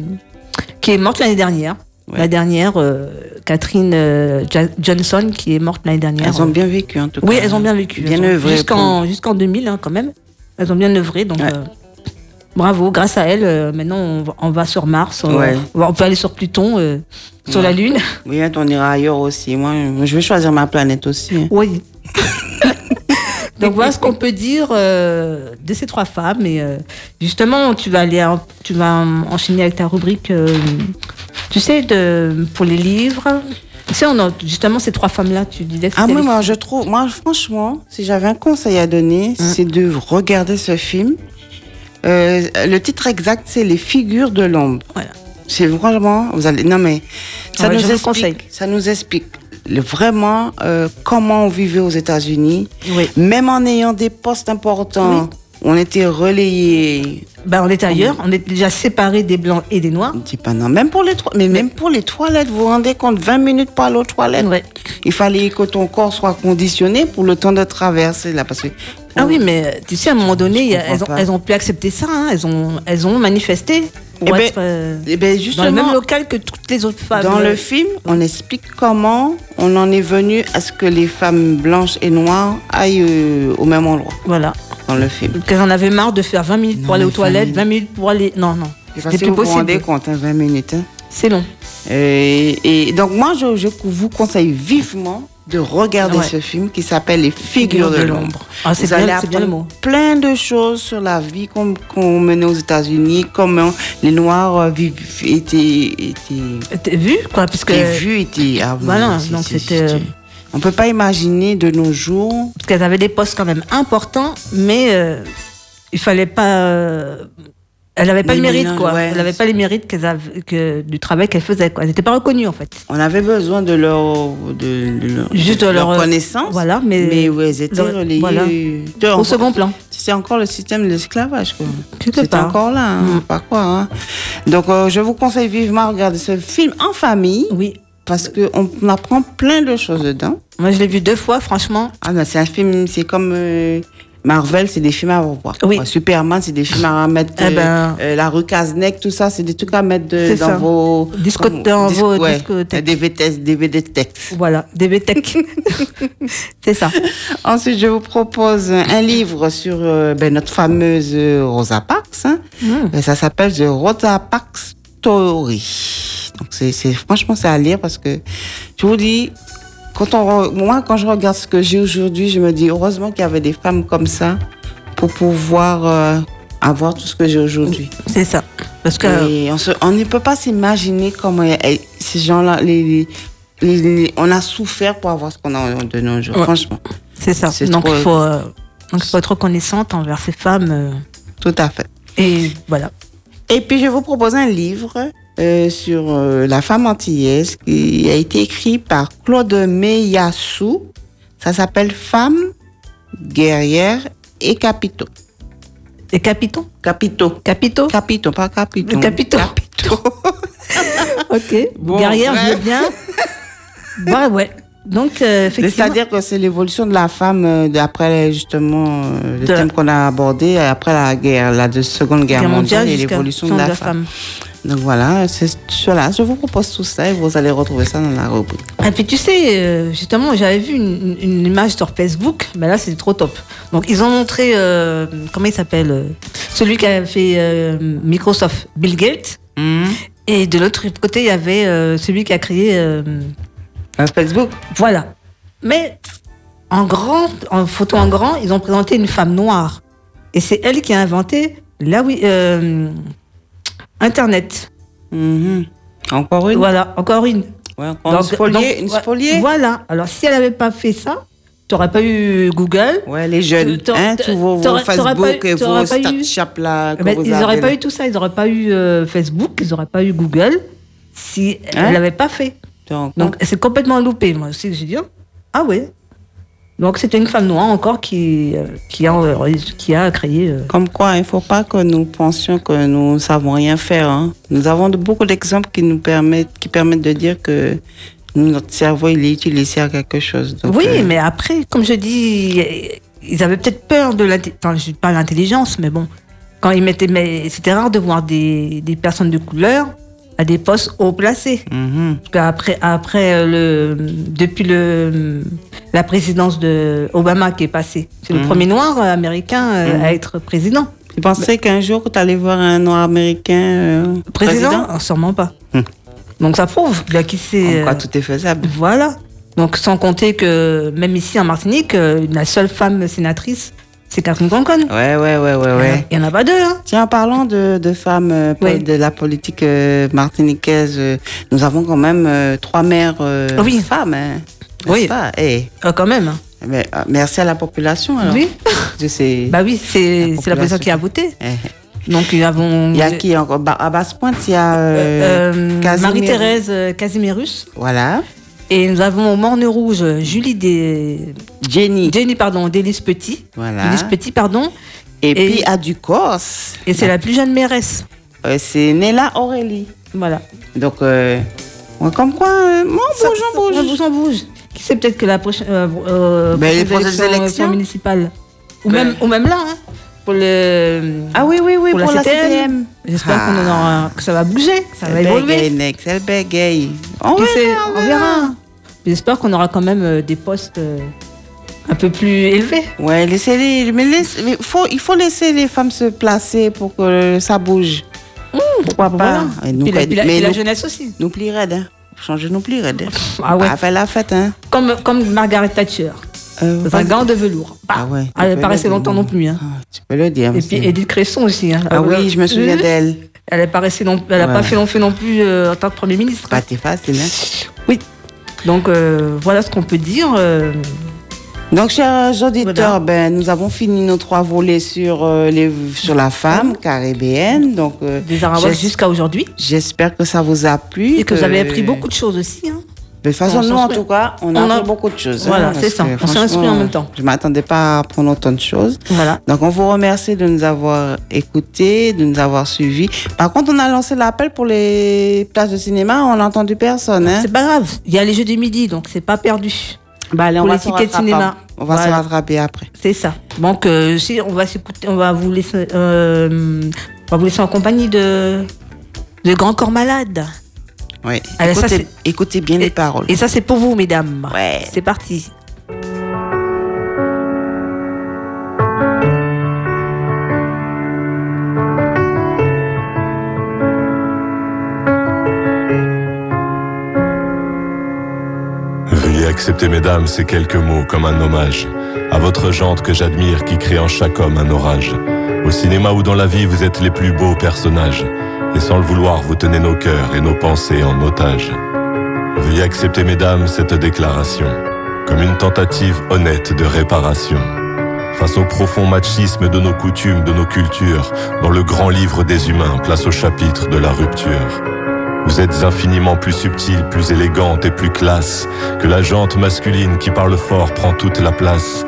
[SPEAKER 2] qui est morte l'année dernière.
[SPEAKER 3] Ouais.
[SPEAKER 2] La dernière, euh, Catherine euh, Ja- Johnson, qui est morte l'année dernière.
[SPEAKER 3] Elles ont bien vécu en tout cas.
[SPEAKER 2] Ah Oui, elles ont bien vécu.
[SPEAKER 3] Bien
[SPEAKER 2] Elles ont-
[SPEAKER 3] œuvré.
[SPEAKER 2] Jusqu'en jusqu'en 2000, hein, quand même. Elles ont bien œuvré. Donc,
[SPEAKER 3] Ouais.
[SPEAKER 2] euh, bravo. Grâce à elles, euh, maintenant, on va, on va sur Mars. On,
[SPEAKER 3] Ouais.
[SPEAKER 2] on va- on peut aller sur Pluton, euh, sur la Lune.
[SPEAKER 3] Oui, on ira ailleurs aussi. Moi, je vais choisir ma planète aussi. hein.
[SPEAKER 2] Oui. donc, voilà ce qu'on peut dire euh, de ces trois femmes. Et euh, justement, tu vas, aller, en- tu vas en- enchaîner avec ta rubrique, euh, tu sais, de, pour les livres. Tu sais, on a, justement, ces trois femmes-là, tu disais que
[SPEAKER 3] Ah
[SPEAKER 2] c'était
[SPEAKER 3] oui,
[SPEAKER 2] les-
[SPEAKER 3] moi je trouve, moi franchement, si j'avais un conseil à donner,
[SPEAKER 2] Hein?
[SPEAKER 3] c'est de regarder ce film. Euh, le titre exact, c'est Les figures de l'ombre.
[SPEAKER 2] Voilà.
[SPEAKER 3] C'est vraiment, vous allez, non mais ça
[SPEAKER 2] Ouais,
[SPEAKER 3] nous
[SPEAKER 2] je vous
[SPEAKER 3] explique,
[SPEAKER 2] conseille.
[SPEAKER 3] ça nous explique le- vraiment euh, comment on vivait aux États-Unis,
[SPEAKER 2] Oui.
[SPEAKER 3] même en ayant des postes importants, on était relayés.
[SPEAKER 2] Ben, on est ailleurs, on est déjà séparés des blancs et des noirs.
[SPEAKER 3] On dit pas non, même pour les toi- mais même pour les toilettes, vous vous rendez compte, 20 minutes pour aller aux toilettes.
[SPEAKER 2] Ouais.
[SPEAKER 3] Il fallait que ton corps soit conditionné pour le temps de traverser là, parce que
[SPEAKER 2] Ah oui, mais tu sais, à un moment donné,
[SPEAKER 3] Je
[SPEAKER 2] elles ont,
[SPEAKER 3] comprends pas.
[SPEAKER 2] elles ont pu accepter ça. hein. Elles, ont, elles ont manifesté pour
[SPEAKER 3] Eh ben,
[SPEAKER 2] être euh,
[SPEAKER 3] Eh
[SPEAKER 2] dans
[SPEAKER 3] ben,
[SPEAKER 2] le même
[SPEAKER 3] justement,
[SPEAKER 2] local que toutes les autres femmes. Euh,
[SPEAKER 3] dans, le film, on explique comment on en est venu à ce que les femmes blanches et noires aillent euh, au même endroit
[SPEAKER 2] Voilà.
[SPEAKER 3] dans le film.
[SPEAKER 2] Qu'elles en avaient marre de faire 20 minutes
[SPEAKER 3] Non,
[SPEAKER 2] pour aller aux
[SPEAKER 3] mais
[SPEAKER 2] toilettes,
[SPEAKER 3] 20
[SPEAKER 2] 20 minutes pour aller. Non, non.
[SPEAKER 3] Je sais pas si
[SPEAKER 2] plus
[SPEAKER 3] vous vous
[SPEAKER 2] possible.
[SPEAKER 3] rendez compte, hein, 20 minutes. hein.
[SPEAKER 2] C'est long.
[SPEAKER 3] Euh, et donc moi, je, je vous conseille vivement de regarder
[SPEAKER 2] Ouais.
[SPEAKER 3] ce film qui s'appelle Les Figures de l'ombre.
[SPEAKER 2] Ah, c'est
[SPEAKER 3] Vous
[SPEAKER 2] bien-
[SPEAKER 3] allez
[SPEAKER 2] c'est bien le
[SPEAKER 3] apprendre
[SPEAKER 2] mot.
[SPEAKER 3] plein de choses sur la vie qu'on qu'on menait aux États-Unis, comment les Noirs euh, vivent- étaient, étaient
[SPEAKER 2] T'as vu quoi Parce que
[SPEAKER 3] T'es vu et t'es- ah oui,
[SPEAKER 2] Voilà,
[SPEAKER 3] c'est-
[SPEAKER 2] donc
[SPEAKER 3] c'est-
[SPEAKER 2] c'était-
[SPEAKER 3] c'est- On peut pas imaginer de nos jours.
[SPEAKER 2] parce qu'elles avaient des postes quand même importants, mais euh, il fallait pas. euh, elle n'avait pas
[SPEAKER 3] Les
[SPEAKER 2] le mérite,
[SPEAKER 3] mélanges,
[SPEAKER 2] quoi.
[SPEAKER 3] ouais.
[SPEAKER 2] Elle n'avait pas les mérites qu'elles avaient- que, du travail qu'elle faisait, quoi. Elle n'était pas reconnue, en fait.
[SPEAKER 3] On avait besoin de leur, de, de leur,
[SPEAKER 2] Juste
[SPEAKER 3] de
[SPEAKER 2] leur, euh,
[SPEAKER 3] connaissance.
[SPEAKER 2] voilà, mais-
[SPEAKER 3] mais où elles étaient
[SPEAKER 2] leur-
[SPEAKER 3] relayées.
[SPEAKER 2] voilà.
[SPEAKER 3] De-
[SPEAKER 2] Au
[SPEAKER 3] en-
[SPEAKER 2] second plan.
[SPEAKER 3] C'est encore le système de l'esclavage, quoi.
[SPEAKER 2] Quelque
[SPEAKER 3] C'est
[SPEAKER 2] part. Mm.
[SPEAKER 3] encore là, hein, pas quoi. hein. Donc, euh, je vous conseille vivement de regarder ce film en famille
[SPEAKER 2] Oui.
[SPEAKER 3] parce qu'on on apprend plein de choses dedans.
[SPEAKER 2] Moi, je l'ai vu deux fois, franchement.
[SPEAKER 3] Ah non, c'est un film, c'est comme euh, Marvel, c'est des films à revoir.
[SPEAKER 2] Oui.
[SPEAKER 3] Quoi. Superman, c'est des films à mettre.
[SPEAKER 2] Eh ben.
[SPEAKER 3] euh, la rue Kaznek, tout ça, c'est des trucs à mettre de-
[SPEAKER 2] C'est
[SPEAKER 3] dans
[SPEAKER 2] ça.
[SPEAKER 3] vos.
[SPEAKER 2] Disco- dans vos
[SPEAKER 3] ouais,
[SPEAKER 2] discothèques.
[SPEAKER 3] DVD, DVD texte.
[SPEAKER 2] Voilà, DB Tech. E c'est ça.
[SPEAKER 3] Ensuite, je vous propose un livre sur euh, ben, notre fameuse euh, Rosa Parks. hein. Ben, Ça s'appelle The Rosa Parks Story. Donc, c'est, c'est- franchement, c'est à lire parce que je vous dis, quand on, re- moi, quand je regarde ce que j'ai aujourd'hui, je me dis heureusement qu'il y avait des femmes comme ça pour pouvoir euh, avoir tout ce que j'ai aujourd'hui.
[SPEAKER 2] C'est ça. Parce que.
[SPEAKER 3] Et on, se- on ne peut pas s'imaginer comment eh, eh, ces gens-là, les, les- les- les- on a souffert pour avoir ce qu'on a de nos jours,
[SPEAKER 2] Ouais.
[SPEAKER 3] franchement.
[SPEAKER 2] C'est ça.
[SPEAKER 3] c'est
[SPEAKER 2] Donc,
[SPEAKER 3] trop-
[SPEAKER 2] il faut, euh, donc, il faut être reconnaissante envers ces femmes. euh,
[SPEAKER 3] Tout à fait.
[SPEAKER 2] et voilà.
[SPEAKER 3] Et puis, je vous propose un livre euh, sur euh, la femme antillaise qui a été écrit par Claude Meyassou. Ça s'appelle Femmes, guerrières et capitaux.
[SPEAKER 2] Et Capito
[SPEAKER 3] Capitaux.
[SPEAKER 2] Capito
[SPEAKER 3] Capitaux, pas capitaux.
[SPEAKER 2] Le capitaux. Ok.
[SPEAKER 3] Bon,
[SPEAKER 2] Guerrière, je
[SPEAKER 3] bref.
[SPEAKER 2] veux bien. Ouais, ouais. Donc, euh, effectivement.
[SPEAKER 3] C'est-à-dire que c'est l'évolution de la femme euh, d'après justement euh, le
[SPEAKER 2] De la-
[SPEAKER 3] thème qu'on a abordé euh, après la guerre, la de- Seconde Guerre,
[SPEAKER 2] Guerre
[SPEAKER 3] mondiale, et
[SPEAKER 2] jusqu'à
[SPEAKER 3] l'évolution de
[SPEAKER 2] temps
[SPEAKER 3] la, femme. Donc voilà, c'est cela. Je vous propose tout ça et vous allez retrouver ça dans la rubrique.
[SPEAKER 2] Et puis tu sais, euh, justement, j'avais vu une, une- une image sur Facebook, mais là c'est trop top. Donc ils ont montré, euh, comment il s'appelle euh, Celui qui a fait euh, Microsoft, Bill Gates. Et de l'autre côté, il y avait euh, celui qui a créé. euh,
[SPEAKER 3] Euh, Facebook.
[SPEAKER 2] voilà. Mais en grand, en photo en grand, ils ont présenté une femme noire. Et c'est elle qui a inventé la, wi- euh, Internet.
[SPEAKER 3] Mhm. Encore une.
[SPEAKER 2] Voilà, encore une.
[SPEAKER 3] Ouais, encore une
[SPEAKER 2] Donc-
[SPEAKER 3] spoliée.
[SPEAKER 2] donc,
[SPEAKER 3] une
[SPEAKER 2] ouais,
[SPEAKER 3] spoliée.
[SPEAKER 2] Voilà. Alors, si elle n'avait pas fait ça, tu n'aurais pas eu Google.
[SPEAKER 3] Ouais, les jeunes,
[SPEAKER 2] T'aurais-
[SPEAKER 3] hein, tous vos, vos
[SPEAKER 2] t'aurais- t'aurais pas eu-
[SPEAKER 3] Facebook et vos
[SPEAKER 2] t'aurais pas eu-
[SPEAKER 3] Snapchat là. que
[SPEAKER 2] Eh ben,
[SPEAKER 3] vous
[SPEAKER 2] ils
[SPEAKER 3] avez
[SPEAKER 2] n'auraient
[SPEAKER 3] là.
[SPEAKER 2] pas eu tout ça. Ils n'auraient pas eu euh, Facebook. Ils n'auraient pas eu Google si
[SPEAKER 3] Hein
[SPEAKER 2] elle l'avait pas fait.
[SPEAKER 3] Tu te rends compte
[SPEAKER 2] Donc, c'est complètement loupé. Moi aussi, j'ai dit, ah ouais. Donc, c'était une femme noire encore qui, euh, qui, a, euh, qui a créé. euh,
[SPEAKER 3] Comme quoi, il ne faut pas que nous pensions que nous ne savons rien faire. hein. Nous avons de- beaucoup d'exemples qui nous permettent, qui permettent de dire que nous, notre cerveau, il est utilisé à quelque chose. Donc,
[SPEAKER 2] Oui,
[SPEAKER 3] euh,
[SPEAKER 2] mais après, comme je dis, ils avaient peut-être peur de l'intelligence. Enfin, je dis pas l'intelligence, mais bon. Quand ils mettaient. Mais c'était rare de voir des, des personnes de couleur à des postes haut placés.
[SPEAKER 3] mhm.
[SPEAKER 2] Parce qu'après, après euh, le, depuis le, la présidence de Obama qui est passée, c'est le premier noir euh, américain euh, à être président.
[SPEAKER 3] Tu pensais qu'un jour, tu allais voir un noir américain euh,
[SPEAKER 2] Président,
[SPEAKER 3] président
[SPEAKER 2] Ah, Sûrement pas.
[SPEAKER 3] Hmm.
[SPEAKER 2] Donc ça prouve bien qui c'est.
[SPEAKER 3] Comme quoi,
[SPEAKER 2] euh,
[SPEAKER 3] tout est faisable.
[SPEAKER 2] Voilà. Donc, sans compter que même ici en Martinique, euh, la seule femme sénatrice, c'est Catherine Concon.
[SPEAKER 3] Ouais, ouais, ouais, ouais, Ah ouais.
[SPEAKER 2] Il n'y en a pas deux. Hein.
[SPEAKER 3] Tiens, en parlant de, de femmes euh, pol-
[SPEAKER 2] Oui.
[SPEAKER 3] de la politique euh, martiniquaise, euh, nous avons quand même euh, trois mères euh,
[SPEAKER 2] Oui.
[SPEAKER 3] femmes. hein, n'est-ce
[SPEAKER 2] Oui.
[SPEAKER 3] pas Eh,
[SPEAKER 2] Ah, quand même.
[SPEAKER 3] mais, euh, merci à la population. Alors.
[SPEAKER 2] Oui.
[SPEAKER 3] Je sais.
[SPEAKER 2] Bah oui, c'est
[SPEAKER 3] La
[SPEAKER 2] c'est la personne qui a voté.
[SPEAKER 3] Eh, eh.
[SPEAKER 2] Donc, nous avons.
[SPEAKER 3] Il y a qui encore Bah, À Basse-Pointe, il y a. euh,
[SPEAKER 2] Euh,
[SPEAKER 3] Casimir-
[SPEAKER 2] Marie-Thérèse euh, Casimirus.
[SPEAKER 3] Voilà.
[SPEAKER 2] Et nous avons au Morne Rouge euh, Julie des.
[SPEAKER 3] Jenny.
[SPEAKER 2] Jenny, pardon, d'Élise Petit.
[SPEAKER 3] Voilà.
[SPEAKER 2] Élise Petit, pardon.
[SPEAKER 3] Et,
[SPEAKER 2] et-
[SPEAKER 3] puis à Ducos,
[SPEAKER 2] Et c'est la plus jeune mairesse.
[SPEAKER 3] euh, c'est Néla Aurélie.
[SPEAKER 2] Voilà.
[SPEAKER 3] Donc, euh, ouais, comme quoi, euh, bon, bonjour,
[SPEAKER 2] On
[SPEAKER 3] bonjour.
[SPEAKER 2] bouge, on bouge. Qui sait peut-être que la prochaine, euh, euh,
[SPEAKER 3] Ben, les
[SPEAKER 2] prochaines élections,
[SPEAKER 3] prochaines
[SPEAKER 2] euh,
[SPEAKER 3] élections.
[SPEAKER 2] sont municipales. Ou, même, ou même là, hein, pour le.
[SPEAKER 3] Ah oui, oui, oui, pour, la CTM.
[SPEAKER 2] J'espère
[SPEAKER 3] Ah.
[SPEAKER 2] qu'on en aura- que ça va bouger, ça va
[SPEAKER 3] Elle bégaye,
[SPEAKER 2] évoluer.
[SPEAKER 3] Nex, elle bégaye. On
[SPEAKER 2] Qui sait,
[SPEAKER 3] verra,
[SPEAKER 2] on verra. J'espère qu'on aura quand même euh, des postes euh, un peu plus élevés.
[SPEAKER 3] Ouais, laissez-les. Mais, laisse- mais faut, il faut laisser les femmes se placer pour que ça bouge. Mmh, Pourquoi pas
[SPEAKER 2] Voilà.
[SPEAKER 3] Et nous,
[SPEAKER 2] Puis la,
[SPEAKER 3] quoi,
[SPEAKER 2] puis la-
[SPEAKER 3] mais
[SPEAKER 2] puis la
[SPEAKER 3] nous-
[SPEAKER 2] jeunesse aussi.
[SPEAKER 3] Nous plierait, hein. Changer nous plierait. hein.
[SPEAKER 2] Ah ouais.
[SPEAKER 3] Ah, fait la fête, hein.
[SPEAKER 2] Comme, comme Margaret Thatcher.
[SPEAKER 3] Euh,
[SPEAKER 2] Dans un
[SPEAKER 3] vas-y.
[SPEAKER 2] gant de velours. Bah,
[SPEAKER 3] Ah ouais.
[SPEAKER 2] Elle n'est
[SPEAKER 3] Tu
[SPEAKER 2] pas
[SPEAKER 3] peux
[SPEAKER 2] restée
[SPEAKER 3] le dire.
[SPEAKER 2] longtemps non plus. hein.
[SPEAKER 3] Ah, tu peux le dire.
[SPEAKER 2] Et
[SPEAKER 3] aussi.
[SPEAKER 2] puis Edith Cresson aussi. hein.
[SPEAKER 3] ah oui, je me souviens
[SPEAKER 2] Euh,
[SPEAKER 3] d'elle.
[SPEAKER 2] Elle n'a pas, resté non- elle a
[SPEAKER 3] Ouais.
[SPEAKER 2] pas fait long fait non plus euh, en tant que Premier ministre.
[SPEAKER 3] Pas t'es facile, hein.
[SPEAKER 2] Donc euh, voilà ce qu'on peut dire. euh,
[SPEAKER 3] Donc, chers auditeurs,
[SPEAKER 2] Voilà.
[SPEAKER 3] ben, nous avons fini nos trois volets sur, euh, les, sur la femme caribéenne. Donc, euh,
[SPEAKER 2] des Arabes
[SPEAKER 3] j'es-
[SPEAKER 2] jusqu'à aujourd'hui.
[SPEAKER 3] j'espère que ça vous a plu.
[SPEAKER 2] Et que vous avez appris beaucoup de choses aussi. hein.
[SPEAKER 3] De toute façon,
[SPEAKER 2] On
[SPEAKER 3] nous,
[SPEAKER 2] s'en
[SPEAKER 3] en
[SPEAKER 2] sou-
[SPEAKER 3] tout cas, on,
[SPEAKER 2] on
[SPEAKER 3] a
[SPEAKER 2] a-
[SPEAKER 3] appris beaucoup de choses. hein,
[SPEAKER 2] Voilà,
[SPEAKER 3] parce
[SPEAKER 2] c'est ça.
[SPEAKER 3] que
[SPEAKER 2] On s'est inspiré en
[SPEAKER 3] franchement,
[SPEAKER 2] même temps.
[SPEAKER 3] Je m'attendais pas à apprendre autant de choses.
[SPEAKER 2] Voilà.
[SPEAKER 3] Donc, on vous remercie de nous avoir écoutés, de nous avoir suivis. Par contre, on a lancé l'appel pour les places de cinéma. On n'a entendu personne. Hein.
[SPEAKER 2] C'est pas grave. Il y a les jeux du midi, donc c'est pas perdu.
[SPEAKER 3] Bah, allez,
[SPEAKER 2] pour les
[SPEAKER 3] se
[SPEAKER 2] tickets de
[SPEAKER 3] rattraper.
[SPEAKER 2] cinéma.
[SPEAKER 3] On va se
[SPEAKER 2] Voilà.
[SPEAKER 3] rattraper après.
[SPEAKER 2] C'est ça. Donc euh, si on va s'écouter, on va vous laisser, euh, on va vous laisser en compagnie de de Grand Corps Malade.
[SPEAKER 3] Oui.
[SPEAKER 2] Allez, ça,
[SPEAKER 3] écoutez,
[SPEAKER 2] c'est-
[SPEAKER 3] écoutez bien les paroles.
[SPEAKER 2] Et ça c'est pour vous, mesdames.
[SPEAKER 3] Ouais.
[SPEAKER 2] C'est parti.
[SPEAKER 7] Veuillez accepter, mesdames, ces quelques mots comme un hommage à votre jante que j'admire qui crée en chaque homme un orage. Au cinéma ou dans la vie, vous êtes les plus beaux personnages. Et sans le vouloir, vous tenez nos cœurs et nos pensées en otage. Veuillez accepter, mesdames, cette déclaration comme une tentative honnête de réparation. Face au profond machisme de nos coutumes, de nos cultures, dans le grand livre des humains, place au chapitre de la rupture. Vous êtes infiniment plus subtile, plus élégante et plus classe que la jante masculine qui parle fort prend toute la place.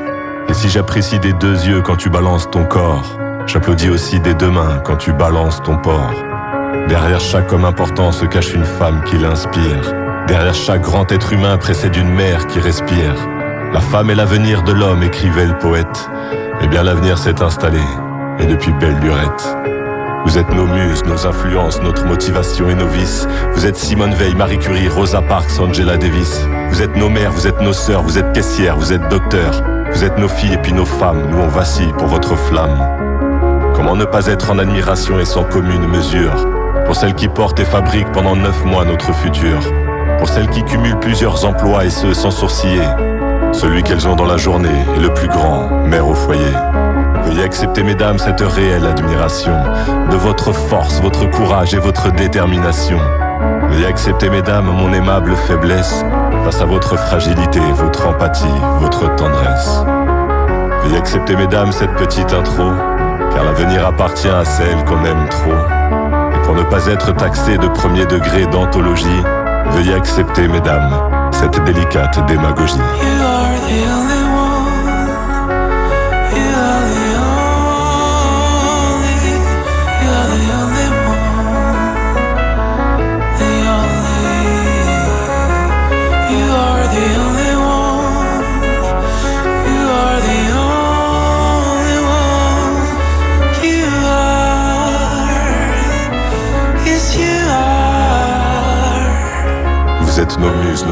[SPEAKER 7] Et si j'apprécie des deux yeux quand tu balances ton corps, j'applaudis aussi des deux mains quand tu balances ton port. Derrière chaque homme important se cache une femme qui l'inspire. Derrière chaque grand être humain précède une mère qui respire. La femme est l'avenir de l'homme, écrivait le poète. Eh bien l'avenir s'est installé, et depuis belle lurette. Vous êtes nos muses, nos influences, notre motivation et nos vices. Vous êtes Simone Veil, Marie Curie, Rosa Parks, Angela Davis. Vous êtes nos mères, vous êtes nos sœurs, vous êtes caissières, vous êtes docteurs. Vous êtes nos filles et puis nos femmes, nous on vacille pour votre flamme. Comment ne pas être en admiration et sans commune mesure Pour celle qui porte et fabrique pendant neuf mois notre futur. Pour celle qui cumule plusieurs emplois et ce sans sourciller. Celui qu'elles ont dans la journée est le plus grand, mère au foyer. Veuillez accepter, mesdames, cette réelle admiration de votre force, votre courage et votre détermination. Veuillez accepter, mesdames, mon aimable faiblesse face à votre fragilité, votre empathie, votre tendresse. Veuillez accepter, mesdames, cette petite intro, car l'avenir appartient à celle qu'on aime trop. Et pour ne pas être taxé de premier degré d'anthologie, veuillez accepter, mesdames, cette délicate démagogie.
[SPEAKER 8] You are the only one. You are the only. You are the only one. The only. You are the only one. You are the only one. You are. Yes, you are.
[SPEAKER 7] Vous êtes nos muses,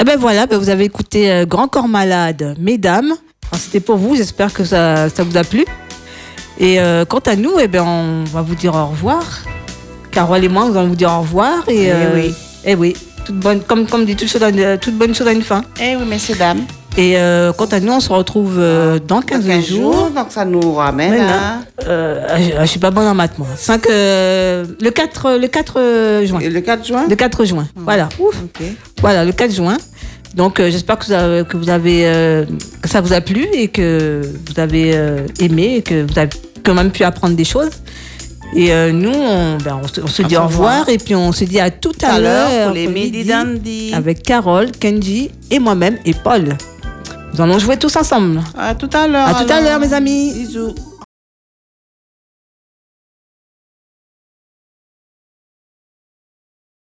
[SPEAKER 2] Eh ben voilà, ben vous avez écouté euh, Grand Corps Malade, mesdames. Alors, C'était pour vous, j'espère que ça, ça vous a plu. Et euh, quant à nous, eh ben, on va vous dire au revoir. Carole et moi, nous allons vous dire au revoir. Et,
[SPEAKER 3] Eh
[SPEAKER 2] euh,
[SPEAKER 3] oui.
[SPEAKER 2] eh oui, toute bonne, comme, comme dit, toute, chose a une- toute bonne chose à une fin.
[SPEAKER 3] Eh oui, messieurs, dames.
[SPEAKER 2] Et euh, quant à nous, on se retrouve euh, dans 15, jours.
[SPEAKER 3] Donc, ça nous ramène hein.
[SPEAKER 2] Voilà. Euh, je, je suis pas bonne en maths, moi. 5, le 4, le 4 euh, juin.
[SPEAKER 3] à. Le 4 juin
[SPEAKER 2] Le 4 juin. Voilà. Ouf.
[SPEAKER 3] Ok.
[SPEAKER 2] Voilà, le 4 juin. Donc euh, j'espère que, vous avez- que vous avez, euh, que ça vous a plu et que vous avez euh, aimé et que vous avez quand même pu apprendre des choses. Et euh, nous, on, ben, on se, on se
[SPEAKER 3] À
[SPEAKER 2] dit
[SPEAKER 3] au
[SPEAKER 2] au revoir.
[SPEAKER 3] revoir.
[SPEAKER 2] et puis on se dit à tout
[SPEAKER 3] Tout
[SPEAKER 2] à l'heure
[SPEAKER 3] pour les
[SPEAKER 2] au
[SPEAKER 3] midi
[SPEAKER 2] midi,
[SPEAKER 3] dandy.
[SPEAKER 2] avec Carole, Kenji et moi-même et Paul. Nous allons jouer tous ensemble.
[SPEAKER 3] À tout à l'heure.
[SPEAKER 2] À tout à
[SPEAKER 3] alors.
[SPEAKER 2] l'heure, mes amis.
[SPEAKER 3] Bisous.